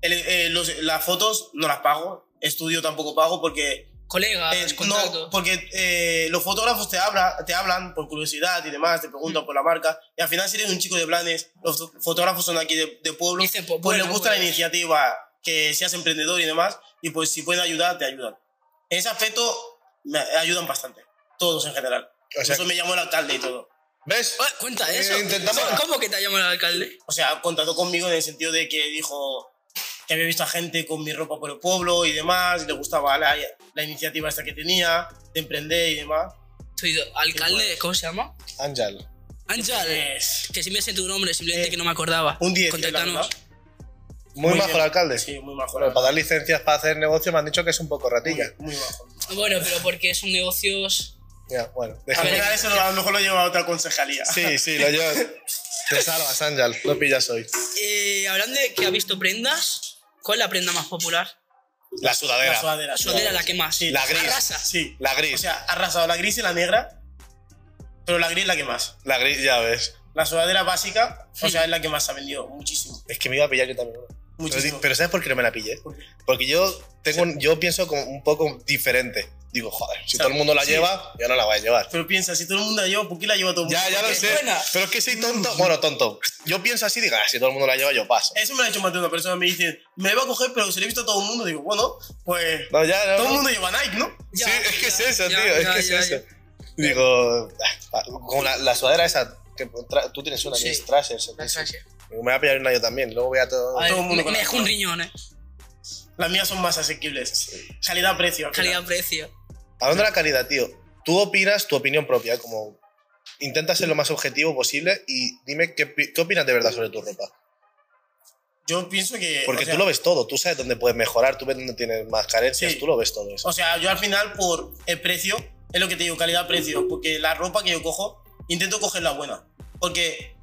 Speaker 3: el- eh, los- las fotos no las pago, estudio tampoco pago porque...
Speaker 2: Colegas,
Speaker 3: eh,
Speaker 2: contactos.
Speaker 3: no, porque eh, los fotógrafos te, habla, te hablan por curiosidad y demás, te preguntan por la marca. Y al final si eres un chico de planes, los fo- fotógrafos son aquí de, de pueblo,
Speaker 2: Dicen, pues,
Speaker 3: pues
Speaker 2: bueno,
Speaker 3: les gusta la
Speaker 2: pues.
Speaker 3: iniciativa, que seas emprendedor y demás, y pues si pueden ayudar, te ayudan. En ese aspecto me ayudan bastante, todos en general.
Speaker 1: O sea-
Speaker 3: Eso me llamó el alcalde y todo.
Speaker 1: ¿Ves?
Speaker 2: Ah, cuenta
Speaker 1: Eh,
Speaker 2: eso.
Speaker 1: intentamos-
Speaker 2: ¿Cómo que te ha llamado el alcalde?
Speaker 3: o sea, contactó conmigo en el sentido de que dijo que había visto a gente con mi ropa por el pueblo y demás, y le gustaba la, la iniciativa esta que tenía, de emprender y demás.
Speaker 2: Tu ido- alcalde, ¿cómo se llama?
Speaker 3: Ah.
Speaker 1: Ángel. Eh.
Speaker 2: Ángel.
Speaker 3: Pues,
Speaker 2: Que sí me sé tu nombre, simplemente
Speaker 3: Eh,
Speaker 2: que no me acordaba.
Speaker 3: un 10, la
Speaker 2: Contáctanos.
Speaker 3: verdad.
Speaker 1: Muy, bajo
Speaker 3: bien.
Speaker 1: el alcalde.
Speaker 3: Sí, muy bajo.
Speaker 1: Bueno, para
Speaker 3: la verdad.
Speaker 1: dar licencias para hacer negocio me han dicho que es un poco
Speaker 3: Muy,
Speaker 1: ratilla.
Speaker 3: muy bajo.
Speaker 2: Bueno, pero porque son negocios.
Speaker 1: Ya, bueno.
Speaker 3: A,
Speaker 1: déjame.
Speaker 2: ver.
Speaker 3: eso a lo mejor lo lleva a otra concejalía.
Speaker 1: Sí, sí, lo yo. Te salvas, Ángel. Lo pillas hoy.
Speaker 2: Eh, hablando de que ha visto prendas, ¿cuál es la prenda más popular?
Speaker 1: La
Speaker 3: La
Speaker 1: sudadera.
Speaker 3: sudadera.
Speaker 2: La sudadera, la que más.
Speaker 3: Sí,
Speaker 1: la gris.
Speaker 2: rasa.
Speaker 3: Sí.
Speaker 1: La gris.
Speaker 3: O sea, ha arrasado la gris y la negra, pero la gris es la que más.
Speaker 1: la gris, ya ves.
Speaker 3: La sudadera básica, o
Speaker 2: Sí.
Speaker 3: sea, es la que más se ha vendido. Muchísimo.
Speaker 1: Es que me iba a pillar yo también. Pero, di-
Speaker 3: Muchísimo.
Speaker 1: pero ¿sabes por qué no me la pillé?
Speaker 3: ¿Por qué?
Speaker 1: Porque yo, tengo, un- yo pienso como un poco diferente. Digo, joder, si
Speaker 3: O sea,
Speaker 1: todo el mundo la
Speaker 3: sí.
Speaker 1: lleva, yo no la voy a llevar.
Speaker 3: Pero piensa, si todo el mundo la lleva, ¿por qué la lleva todo el mundo?
Speaker 1: Ya, ya lo
Speaker 3: Porque-
Speaker 1: sé.
Speaker 2: buena.
Speaker 1: Pero es que soy tonto. Mm. Bueno, tonto. Yo pienso así, digo, "Ah, si todo el mundo la lleva, yo paso.
Speaker 3: Eso me lo ha hecho más de una persona. Me dice, me va a coger, pero se lo he visto a todo el mundo. Digo, bueno, pues.
Speaker 1: No, ya, no,
Speaker 3: Todo el
Speaker 1: no.
Speaker 3: mundo lleva Nike, ¿no?
Speaker 2: Ya,
Speaker 1: sí, es que es
Speaker 2: ya,
Speaker 1: eso,
Speaker 2: ya,
Speaker 1: tío, es
Speaker 2: ya,
Speaker 1: que es
Speaker 2: ya,
Speaker 1: eso.
Speaker 2: ya.
Speaker 1: Digo, ah, con la, la sudadera esa, que tra- tú tienes una,
Speaker 2: Sí.
Speaker 1: que es Thrasher, ¿sí?
Speaker 2: La traje.
Speaker 1: Digo, me voy a pillar una yo también, luego voy a todo...
Speaker 2: A ver,
Speaker 3: el mundo
Speaker 2: me-
Speaker 3: con
Speaker 2: me
Speaker 3: la
Speaker 2: dejo un
Speaker 3: misma.
Speaker 2: riñón, eh.
Speaker 3: Las mías son más asequibles. Calidad-precio. al final.
Speaker 2: Calidad-precio.
Speaker 1: Hablando de la calidad, tío, tú opinas tu opinión propia, como intenta ser lo más objetivo posible y dime qué, pi- qué opinas de verdad sobre tu ropa.
Speaker 3: Yo pienso que.
Speaker 1: Porque
Speaker 3: Eh, o sea,
Speaker 1: tú lo ves todo, tú sabes dónde puedes mejorar, tú ves dónde tienes más carencias,
Speaker 3: Sí.
Speaker 1: tú lo ves todo eso.
Speaker 3: O sea, yo al final, por el precio, es lo que te digo, calidad-precio. Porque la ropa que yo cojo, intento coger la buena. Porque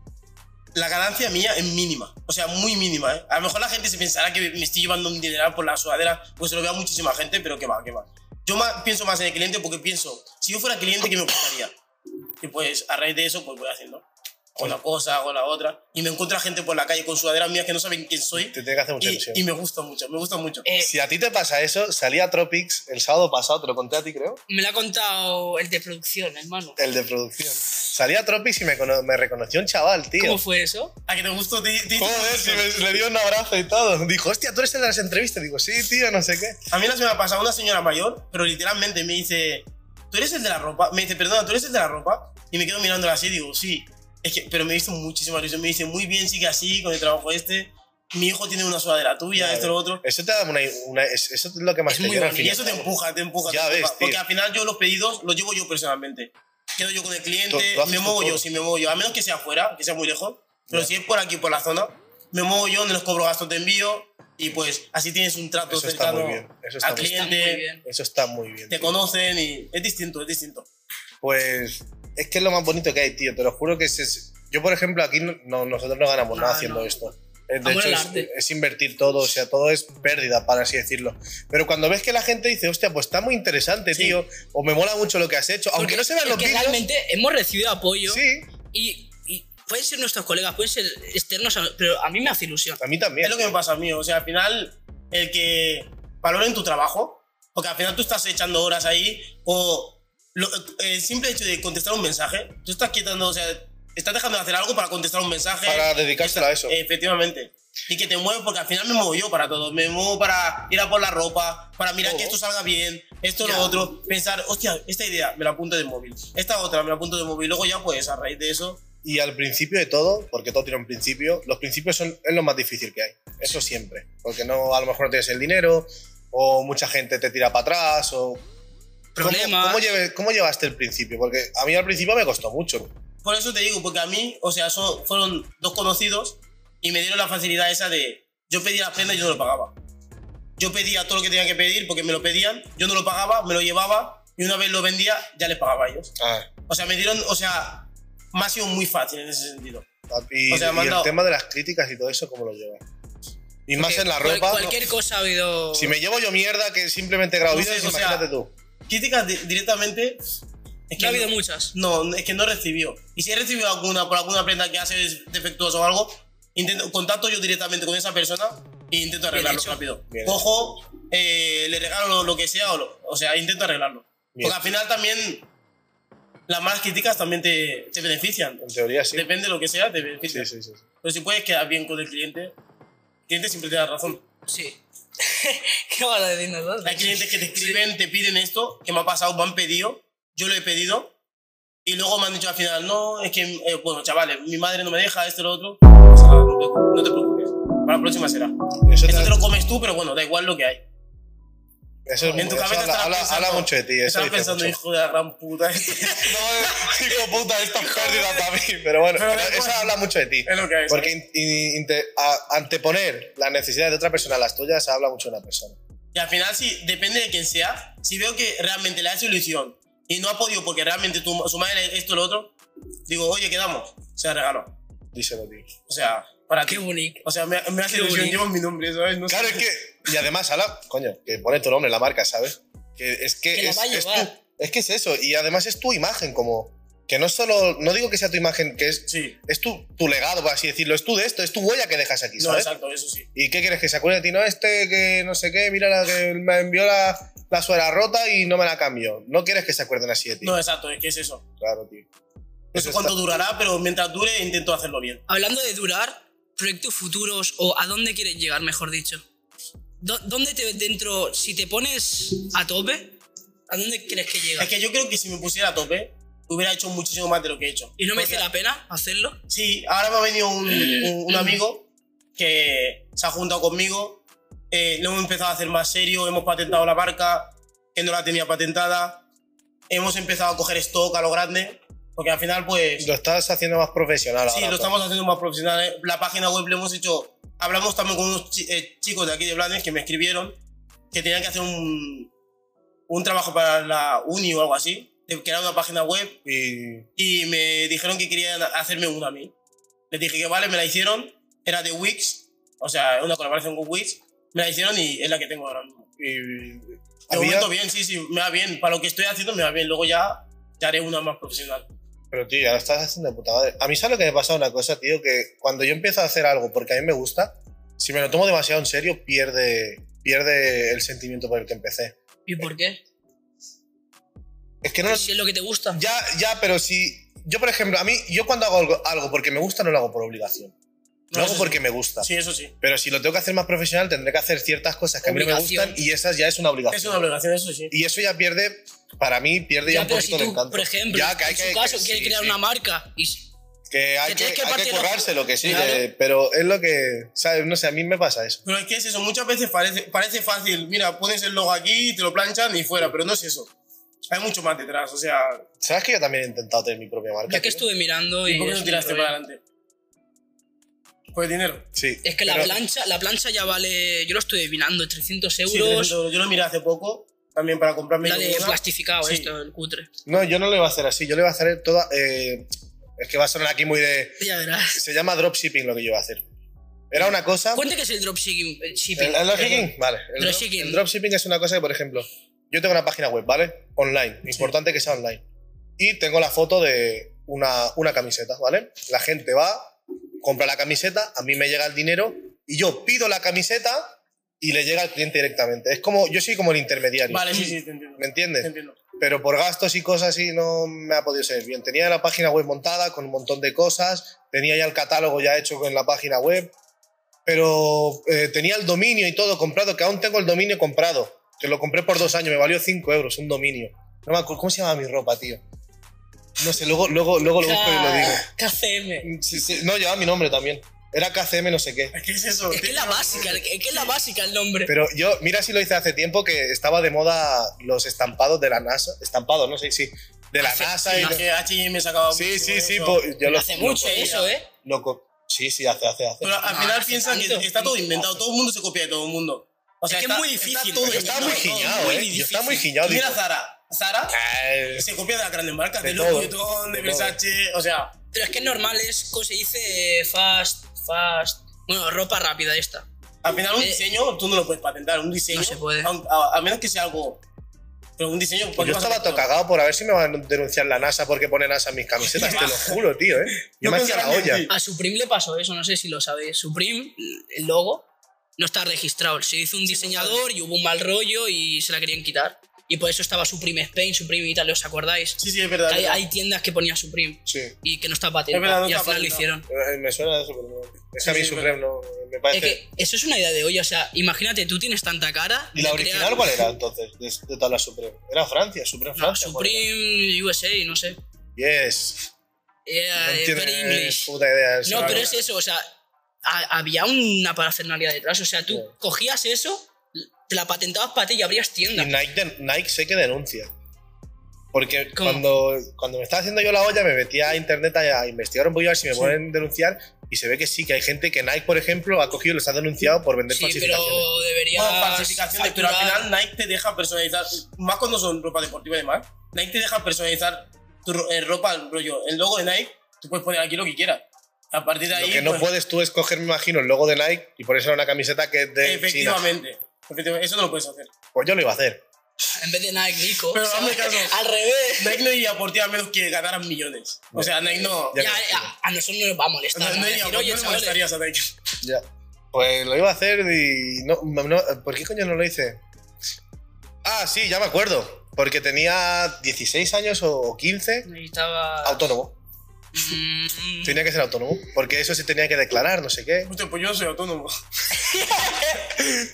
Speaker 3: la ganancia mía es mínima. O sea, muy mínima, ¿eh? A lo mejor la gente se pensará que me estoy llevando un dineral por la sudadera, pues se lo veo a muchísima gente, pero que va, que va. Yo más, pienso más en el cliente porque pienso, si yo fuera cliente, ¿qué me gustaría? Y pues a raíz de eso, pues voy haciendo una cosa, hago la otra. Y me encuentro a gente por la calle con sudaderas mías que no saben quién soy.
Speaker 1: Te tiene que hacer mucha
Speaker 3: Y,
Speaker 1: ilusión.
Speaker 3: y me gusta mucho, me gusta mucho.
Speaker 2: Eh,
Speaker 1: Si a ti te pasa eso, salí a Tropics el sábado pasado, te lo conté a ti creo,
Speaker 2: me lo ha contado el de producción, hermano.
Speaker 1: el de producción. Salí a Tropics y me, cono- me reconoció un chaval, tío.
Speaker 2: ¿Cómo fue eso?
Speaker 3: ¿A que te gustó? Te- te-
Speaker 1: Joder, si me- le dio un abrazo y todo. Dijo, hostia, tú eres el de las entrevistas. Digo, sí, tío, no sé qué.
Speaker 3: A mí la semana pasada una señora mayor, pero literalmente me dice, ¿tú eres el de la ropa? Me dice, perdona, ¿tú eres el de la ropa? Y me quedo mirándola así, digo, sí. Es que, pero me hizo muchísima ilusión, me dice, muy bien, sigue así, con el trabajo este. mi hijo tiene una sudadera tuya,
Speaker 1: Ya,
Speaker 3: esto, lo otro.
Speaker 1: Eso te da una, una- es- eso es lo que más
Speaker 2: Es
Speaker 1: te
Speaker 2: muy
Speaker 1: llega al
Speaker 2: bonito,
Speaker 3: Y
Speaker 1: final.
Speaker 3: eso te empuja, te empuja.
Speaker 1: Ya
Speaker 3: te
Speaker 1: ves,
Speaker 3: empuja.
Speaker 1: tío.
Speaker 3: Porque al final yo los pedidos los llevo yo personalmente. Quedo yo con el
Speaker 1: Tú-
Speaker 3: cliente,
Speaker 1: tú haces
Speaker 3: me
Speaker 1: tu
Speaker 3: muevo
Speaker 1: todo.
Speaker 3: yo, si me muevo yo. A menos que sea afuera, que sea muy lejos. Pero si es por aquí, por la zona, me muevo yo, no les cobro gastos de envío. Y pues así tienes un trato
Speaker 1: Eso está
Speaker 3: cercano
Speaker 1: muy bien, eso está
Speaker 3: al
Speaker 1: muy bien.
Speaker 3: cliente.
Speaker 2: Está muy bien.
Speaker 1: Eso está muy bien.
Speaker 3: Te
Speaker 1: tío.
Speaker 3: conocen y es distinto, es distinto.
Speaker 1: Pues es que es lo más bonito que hay, tío. Te lo juro que se- yo, por ejemplo, aquí no- no- nosotros no ganamos
Speaker 2: No,
Speaker 1: nada haciendo
Speaker 2: Ah, no.
Speaker 1: esto. Eh, De
Speaker 2: Amor
Speaker 1: hecho,
Speaker 2: al
Speaker 1: es,
Speaker 2: arte.
Speaker 1: es invertir todo, o sea, todo es pérdida, para así decirlo. Pero cuando ves que la gente dice, hostia, pues está muy interesante,
Speaker 3: Sí.
Speaker 1: tío, o me mola mucho lo que has hecho, aunque
Speaker 2: Porque
Speaker 1: no se vean
Speaker 2: es
Speaker 1: los
Speaker 2: que
Speaker 1: vídeos.
Speaker 2: Realmente hemos recibido apoyo
Speaker 1: Sí,
Speaker 2: y, y pueden ser nuestros colegas, pueden ser externos, a- pero a mí me hace ilusión.
Speaker 1: a mí también.
Speaker 3: Es lo que me pasa a mí. O sea, al final, el que valoren tu trabajo, porque al final tú estás echando horas ahí, o lo- el simple hecho de contestar un mensaje, tú estás quitando, o sea, estás dejando de hacer algo para contestar un mensaje.
Speaker 1: Para dedicárselo a
Speaker 2: Eh,
Speaker 1: eso.
Speaker 3: Efectivamente. Y que te mueve, porque al final me muevo yo para todo. Me muevo para ir a por la ropa, para mirar
Speaker 1: Todo.
Speaker 3: que esto salga bien, esto,
Speaker 2: Ya.
Speaker 3: lo otro. Pensar, hostia, esta idea me la apunto de móvil, esta otra me la apunto de móvil. Luego ya, pues, a raíz de eso,
Speaker 1: Y al principio de todo, porque todo tiene un principio, los principios son es lo más difícil que hay. Eso siempre. Porque no, a lo mejor no tienes el dinero, o mucha gente te tira para atrás, o. ¿Cómo-
Speaker 2: Problemas.
Speaker 1: ¿Cómo, lleve- cómo llevaste el principio? Porque a mí al principio me costó mucho.
Speaker 3: Por eso te digo, porque a mí, o sea, son- fueron dos conocidos y me dieron la facilidad esa de. Yo pedía las prendas y yo no lo pagaba. Yo pedía todo lo que tenía que pedir porque me lo pedían, yo no lo pagaba, me lo llevaba y una vez lo vendía, ya les pagaba a ellos. O sea, me dieron, o sea, me ha sido muy fácil en ese sentido.
Speaker 1: y,
Speaker 3: O sea,
Speaker 1: y el
Speaker 3: mando-
Speaker 1: tema de las críticas y todo eso, ¿cómo lo llevas? Y más
Speaker 2: Porque
Speaker 1: en la
Speaker 2: cual-
Speaker 1: ropa.
Speaker 2: Cualquier cosa ha habido.
Speaker 1: Si me llevo yo mierda que simplemente grabo
Speaker 3: No
Speaker 1: vídeos,
Speaker 3: sé, o sea,
Speaker 1: imagínate tú.
Speaker 3: Críticas di- directamente. Es
Speaker 2: no ha habido muchas.
Speaker 3: No, es que no he recibido. Y si he recibido alguna por alguna prenda que hace es defectuosa o algo, intento, contacto yo directamente con esa persona e intento arreglarlo
Speaker 2: hecho.
Speaker 3: rápido.
Speaker 1: Bien
Speaker 3: Cojo, eh, le regalo lo, lo que sea, o, lo- o sea, intento arreglarlo.
Speaker 1: Bien.
Speaker 3: Porque al final también las malas críticas también te, te benefician.
Speaker 1: En teoría sí.
Speaker 3: Depende de lo que sea, te benefician.
Speaker 1: Sí, sí, sí, sí.
Speaker 3: Pero si puedes quedar bien con el cliente, el cliente siempre te da razón.
Speaker 2: Sí. ¿Qué vas a decir nosotros?
Speaker 3: Hay clientes que te escriben, te piden esto, que me ha pasado, me han pedido, yo lo he pedido, y luego me han dicho al final, no, es que, eh, bueno, chavales, mi madre no me deja, esto, lo otro. O sea, no te- no te preocupes, para la próxima será.
Speaker 1: Eso,
Speaker 3: Esto
Speaker 1: te-
Speaker 3: te lo comes tú, pero bueno, da igual lo que hay.
Speaker 1: eso es
Speaker 3: En
Speaker 1: muy-
Speaker 3: tu
Speaker 1: eso
Speaker 3: cabeza
Speaker 1: habla,
Speaker 3: estarás
Speaker 1: habla-
Speaker 3: pensando,
Speaker 1: habla mucho de ti. Eso
Speaker 3: estarás
Speaker 1: dice
Speaker 3: pensando,
Speaker 1: mucho.
Speaker 3: hijo de la gran puta, es
Speaker 1: No, hijo puta, esto es pérdida para mí. Pero bueno,
Speaker 3: Pero
Speaker 1: pero
Speaker 3: da
Speaker 1: eso
Speaker 3: igual.
Speaker 1: habla mucho de ti.
Speaker 3: lo que hay.
Speaker 1: Porque
Speaker 3: ¿sabes?
Speaker 1: in- in- inte- a- anteponer las necesidades de otra persona a las tuyas habla mucho de una persona.
Speaker 3: Y al final, sí, depende de quién sea, si veo que realmente le hace ilusión y no ha podido porque realmente tu- su madre esto, lo otro, digo, oye, quedamos, se la regalo.
Speaker 1: Díselo, tío.
Speaker 3: O sea, para
Speaker 2: Qué
Speaker 3: ti.
Speaker 2: bonito.
Speaker 3: O sea, me, me hace
Speaker 2: Qué
Speaker 3: ilusión,
Speaker 2: bonito.
Speaker 3: llevo mi nombre, ¿sabes? No sé.
Speaker 1: Claro, es que. Y además, habla, coño, que pone tu nombre en la marca, ¿sabes? Que es que.
Speaker 2: Que la
Speaker 1: es,
Speaker 2: va a
Speaker 1: es
Speaker 2: llevar.
Speaker 1: tu- es que es eso. Y además es tu imagen, como. Que no es solo. No digo que sea tu imagen, que es.
Speaker 3: Sí,
Speaker 1: Es tu, tu legado, por así decirlo. Es tu de esto, es tu huella que dejas aquí,
Speaker 3: no,
Speaker 1: ¿sabes?
Speaker 3: exacto, eso sí.
Speaker 1: ¿Y qué quieres que se acuerde de ti? No, este que no sé qué, mira la que me envió la, la suela rota y no me la cambió. No quieres que se acuerden así de ti.
Speaker 3: No, exacto, es que es eso.
Speaker 1: Claro, tío.
Speaker 3: No
Speaker 1: Eso
Speaker 3: sé
Speaker 1: está-
Speaker 3: cuánto durará, pero mientras dure intento hacerlo bien.
Speaker 2: Hablando de durar, proyectos futuros o a dónde quieres llegar, mejor dicho. Do- ¿Dónde te ves dentro? Si te pones a tope, ¿a dónde crees que llegas?
Speaker 3: Es que yo creo que si me pusiera a tope, hubiera hecho muchísimo más de lo que he hecho.
Speaker 2: ¿Y no
Speaker 3: Porque-
Speaker 2: merece la Eh. pena hacerlo?
Speaker 3: Sí, ahora me ha venido un, un- un amigo que se ha juntado conmigo. eh, lo hemos empezado a hacer más serio, hemos patentado la marca, que no la tenía patentada. Hemos empezado a coger stock a lo grande, porque al final, pues.
Speaker 1: Lo estás haciendo más profesional
Speaker 3: Sí,
Speaker 1: ahora,
Speaker 3: lo
Speaker 1: pues.
Speaker 3: estamos haciendo más profesional. ¿eh? La página web lo hemos hecho. Hablamos también con unos chi- eh, chicos de aquí de Blanes que me escribieron que tenían que hacer un, un trabajo para la uni o algo así, de crear una página web
Speaker 1: Y
Speaker 3: y me dijeron que querían hacerme una a mí. Les dije que vale, me la hicieron. Era de Wix, o sea, una colaboración con Wix. Me la hicieron y es la que tengo ahora mismo.
Speaker 1: y
Speaker 3: De
Speaker 1: había-
Speaker 3: momento bien, sí, sí, me va bien. Para lo que estoy haciendo me va bien. Luego ya, ya haré una más profesional.
Speaker 1: pero tío, ya lo estás haciendo de puta madre. A mí sabe lo que me pasa una cosa, tío, que cuando yo empiezo a hacer algo porque a mí me gusta, si me lo tomo demasiado en serio, pierde, pierde el sentimiento por el que empecé.
Speaker 2: ¿Y por qué?
Speaker 1: Es que no
Speaker 2: Si es lo que te gusta.
Speaker 1: ya ya, pero si yo por ejemplo, a mí yo cuando hago algo, algo porque me gusta no lo hago por obligación. Lo
Speaker 3: No,
Speaker 1: hago
Speaker 3: eso
Speaker 1: porque
Speaker 3: sí.
Speaker 1: me gusta.
Speaker 3: Sí, eso sí.
Speaker 1: Pero si lo tengo que hacer más profesional, tendré que hacer ciertas cosas que a mí no me
Speaker 2: Obligación.
Speaker 1: gustan y esas ya es una obligación.
Speaker 3: Es una obligación, eso sí.
Speaker 1: Y eso ya pierde, para mí, pierde ya,
Speaker 2: Ya,
Speaker 1: un
Speaker 2: pero si
Speaker 1: poquito el
Speaker 2: tú,
Speaker 1: encanto.
Speaker 2: por ejemplo,
Speaker 1: Ya, que hay
Speaker 2: en su
Speaker 1: que-
Speaker 2: caso,
Speaker 1: que-
Speaker 2: quieres
Speaker 1: sí,
Speaker 2: crear
Speaker 1: sí.
Speaker 2: una marca y,
Speaker 1: Que hay
Speaker 2: Que
Speaker 1: que,
Speaker 2: tienes que
Speaker 1: hay que
Speaker 2: partir los-
Speaker 1: currárselo, que sí,
Speaker 2: Claro.
Speaker 1: que- pero es lo que, ¿sabes? No sé, a mí me pasa eso.
Speaker 3: Pero es que es eso, muchas veces parece, parece fácil. Mira, pones el logo aquí, te lo planchan y fuera, pero no es eso. Hay mucho más detrás, o sea,
Speaker 1: ¿Sabes que yo también he intentado tener mi propia marca?
Speaker 2: Yo que
Speaker 1: tío?
Speaker 2: estuve mirando
Speaker 3: ¿y
Speaker 2: y.
Speaker 3: por qué
Speaker 2: es
Speaker 3: no
Speaker 2: un
Speaker 3: tiraste para
Speaker 2: rollo.
Speaker 3: adelante? Pues dinero.
Speaker 1: Sí.
Speaker 2: Es que la
Speaker 1: pero-
Speaker 2: plancha, la plancha ya vale. Yo lo estuve mirando, 300 euros.
Speaker 3: Sí, 300 euros. yo lo miré hace poco, también para comprarme
Speaker 2: la de
Speaker 3: una.
Speaker 2: plastificado,
Speaker 3: Sí.
Speaker 2: esto, el cutre.
Speaker 1: No, yo no lo iba a hacer así, yo lo iba a hacer toda. eh, es que va a sonar aquí muy de.
Speaker 2: Ya verás.
Speaker 1: Se llama dropshipping lo que yo iba a hacer. Era una cosa.
Speaker 2: Cuenta que es el dropshipping. el shipping.
Speaker 1: ¿El, el dropshipping? Vale. El, drop-
Speaker 2: Dropshipping.
Speaker 1: el dropshipping es una cosa que, por ejemplo, yo tengo una página web, ¿vale? Online. Importante que sea online. Y tengo la foto de una, una camiseta, ¿vale? La gente va, compra la camiseta, a mí me llega el dinero y yo pido la camiseta y le llega al cliente directamente. Es como, yo soy como el intermediario.
Speaker 3: Vale, sí, sí, te entiendo.
Speaker 1: ¿Me
Speaker 3: Te
Speaker 1: entiendes?
Speaker 3: entiendo.
Speaker 1: pero por gastos y cosas así no me ha podido ser bien. Tenía la página web montada con un montón de cosas, tenía ya el catálogo ya hecho con la página web, pero eh, tenía el dominio y todo comprado, que aún tengo el dominio comprado, que lo compré por dos años, me valió cinco euros un dominio. No me acuerdo, ¿cómo se llamaba mi ropa, tío? No sé, luego, luego, luego lo busco y lo
Speaker 2: Ah.
Speaker 1: digo.
Speaker 2: KCM.
Speaker 1: Sí, sí, no, llevaba mi nombre también. Era KCM no sé qué.
Speaker 3: ¿Qué es eso?
Speaker 2: Es que es la básica, es que es la básica el nombre.
Speaker 1: Pero yo, mira si lo hice hace tiempo que estaba de moda los estampados de la NASA. Estampados, no sé, sí, De la
Speaker 2: Hace-
Speaker 1: NASA y...
Speaker 3: Ah,
Speaker 1: los-
Speaker 3: que H&M sacaba
Speaker 1: Sí,
Speaker 3: mucho
Speaker 1: sí, sí,
Speaker 3: eso.
Speaker 1: pues, yo lo-
Speaker 2: Hace
Speaker 1: lo
Speaker 2: mucho
Speaker 1: cogía.
Speaker 2: eso, ¿eh?
Speaker 1: Lo co- sí, sí, hace, hace, hace.
Speaker 3: Pero al
Speaker 2: No,
Speaker 3: final
Speaker 2: hace
Speaker 3: piensan que
Speaker 2: tanto.
Speaker 3: está todo inventado, todo el mundo se copia de todo el mundo. O sea,
Speaker 2: Es que es
Speaker 3: está-
Speaker 2: muy difícil.
Speaker 3: Está todo
Speaker 2: Pero
Speaker 1: está muy
Speaker 3: inventado,
Speaker 1: giñado,
Speaker 3: todo,
Speaker 1: eh.
Speaker 3: muy
Speaker 1: Yo está muy
Speaker 3: difícil.
Speaker 1: giñado,
Speaker 3: Mira
Speaker 1: digo.
Speaker 3: Zara. Zara
Speaker 1: Ay,
Speaker 3: se copia de las grandes marcas,
Speaker 1: De
Speaker 3: de
Speaker 1: todo.
Speaker 3: Louis Vuitton, de
Speaker 1: De todo.
Speaker 3: Versace, o sea...
Speaker 2: Pero es que es normal, es como se dice fast, fast. Bueno, ropa rápida esta.
Speaker 3: Al final un
Speaker 2: Eh,
Speaker 3: diseño tú no lo puedes patentar, un diseño...
Speaker 2: no se puede.
Speaker 3: aun- A, a menos que sea algo... Pero un diseño...
Speaker 1: Yo estaba todo cagado por a ver si me van a denunciar la NASA porque pone NASA en mis camisetas, te lo juro, tío, ¿eh? Yo
Speaker 3: No
Speaker 1: me hacía la
Speaker 3: pensaba en
Speaker 1: olla.
Speaker 3: ti.
Speaker 2: A Supreme le pasó eso, no sé si lo sabéis. Supreme, el logo, no está registrado. Se hizo un diseñador y hubo un mal rollo y se la querían quitar. Y por eso estaba Supreme Spain, Supreme Italia, ¿os acordáis?
Speaker 3: Sí, sí, es verdad.
Speaker 2: Hay,
Speaker 3: verdad.
Speaker 2: hay tiendas que ponía Supreme
Speaker 1: Sí.
Speaker 2: y que no está
Speaker 3: Es verdad,
Speaker 2: patentado.
Speaker 3: no
Speaker 2: y al
Speaker 3: está
Speaker 2: final lo
Speaker 3: patentado.
Speaker 2: hicieron.
Speaker 1: Eh, Me suena eso, pero no. Es que a
Speaker 3: Sí,
Speaker 1: mí
Speaker 3: sí,
Speaker 1: Supreme no. Me parece.
Speaker 2: Es que eso es una idea de hoy, o sea, imagínate, tú tienes tanta cara.
Speaker 1: ¿Y la
Speaker 2: de
Speaker 1: original
Speaker 2: crear-
Speaker 1: cuál era entonces? De, de tabla Supreme. Era Francia, Supreme
Speaker 2: No,
Speaker 1: Francia. ¿cuál era?
Speaker 2: Supreme USA, no sé.
Speaker 1: Yes.
Speaker 2: Era,
Speaker 1: no
Speaker 2: eh,
Speaker 1: tiene
Speaker 2: very English.
Speaker 1: puta idea. eso.
Speaker 2: No,
Speaker 3: Claro.
Speaker 2: pero es eso, o sea, ha- había una parafernalia detrás. O sea, tú
Speaker 1: Sí.
Speaker 2: cogías eso, te la patentabas para ti y abrías
Speaker 1: Y
Speaker 2: tiendas.
Speaker 1: Nike, de- Nike sé que denuncia. Porque
Speaker 2: ¿Cómo?
Speaker 1: cuando, cuando me estaba haciendo yo la olla, me metía a internet a, a investigar un poquillo a ver si me
Speaker 3: Sí.
Speaker 1: pueden denunciar. Y se ve que sí, que hay gente que Nike, por ejemplo, ha cogido y los ha denunciado por vender
Speaker 2: Sí, pero
Speaker 1: falsificaciones.
Speaker 2: deberías.
Speaker 3: Bueno, falsificaciones, pero al
Speaker 2: facturar.
Speaker 3: final Nike te deja personalizar, más cuando son ropa deportiva y demás, Nike te deja personalizar tu ro- eh, ropa, el rollo, el logo de Nike, tú puedes poner aquí lo que quieras. A partir de ahí,
Speaker 1: Lo que no
Speaker 3: pues,
Speaker 1: puedes tú es coger, me imagino, el logo de Nike y ponérselo en una camiseta que es de China.
Speaker 3: efectivamente, efectivamente, eso no lo puedes hacer.
Speaker 1: Pues yo lo iba a hacer.
Speaker 2: En vez de Nike, Nico.
Speaker 3: Pero
Speaker 2: o sea,
Speaker 3: hazme caso.
Speaker 2: Al revés.
Speaker 3: Nike no iría por ti a menos que ganaran millones. O sea, Nike no...
Speaker 1: Ya
Speaker 2: Ya,
Speaker 1: me imagino.
Speaker 2: a, a nosotros no nos va a molestar.
Speaker 3: no,
Speaker 2: vamos
Speaker 3: no
Speaker 2: a
Speaker 3: iría,
Speaker 2: decir,
Speaker 3: no
Speaker 2: "Oye,
Speaker 3: le
Speaker 2: chavales".
Speaker 3: molestarías a Nike.
Speaker 1: Ya. Pues lo iba a hacer y. No, no- ¿Por qué coño no lo hice? Ah, sí, ya me acuerdo. Porque tenía 16 años o 15,
Speaker 2: Necesitaba.
Speaker 1: autónomo.
Speaker 2: Mm,
Speaker 1: Tenía que ser autónomo, porque eso se tenía que declarar, no sé qué.
Speaker 3: Hostia, pues yo soy autónomo.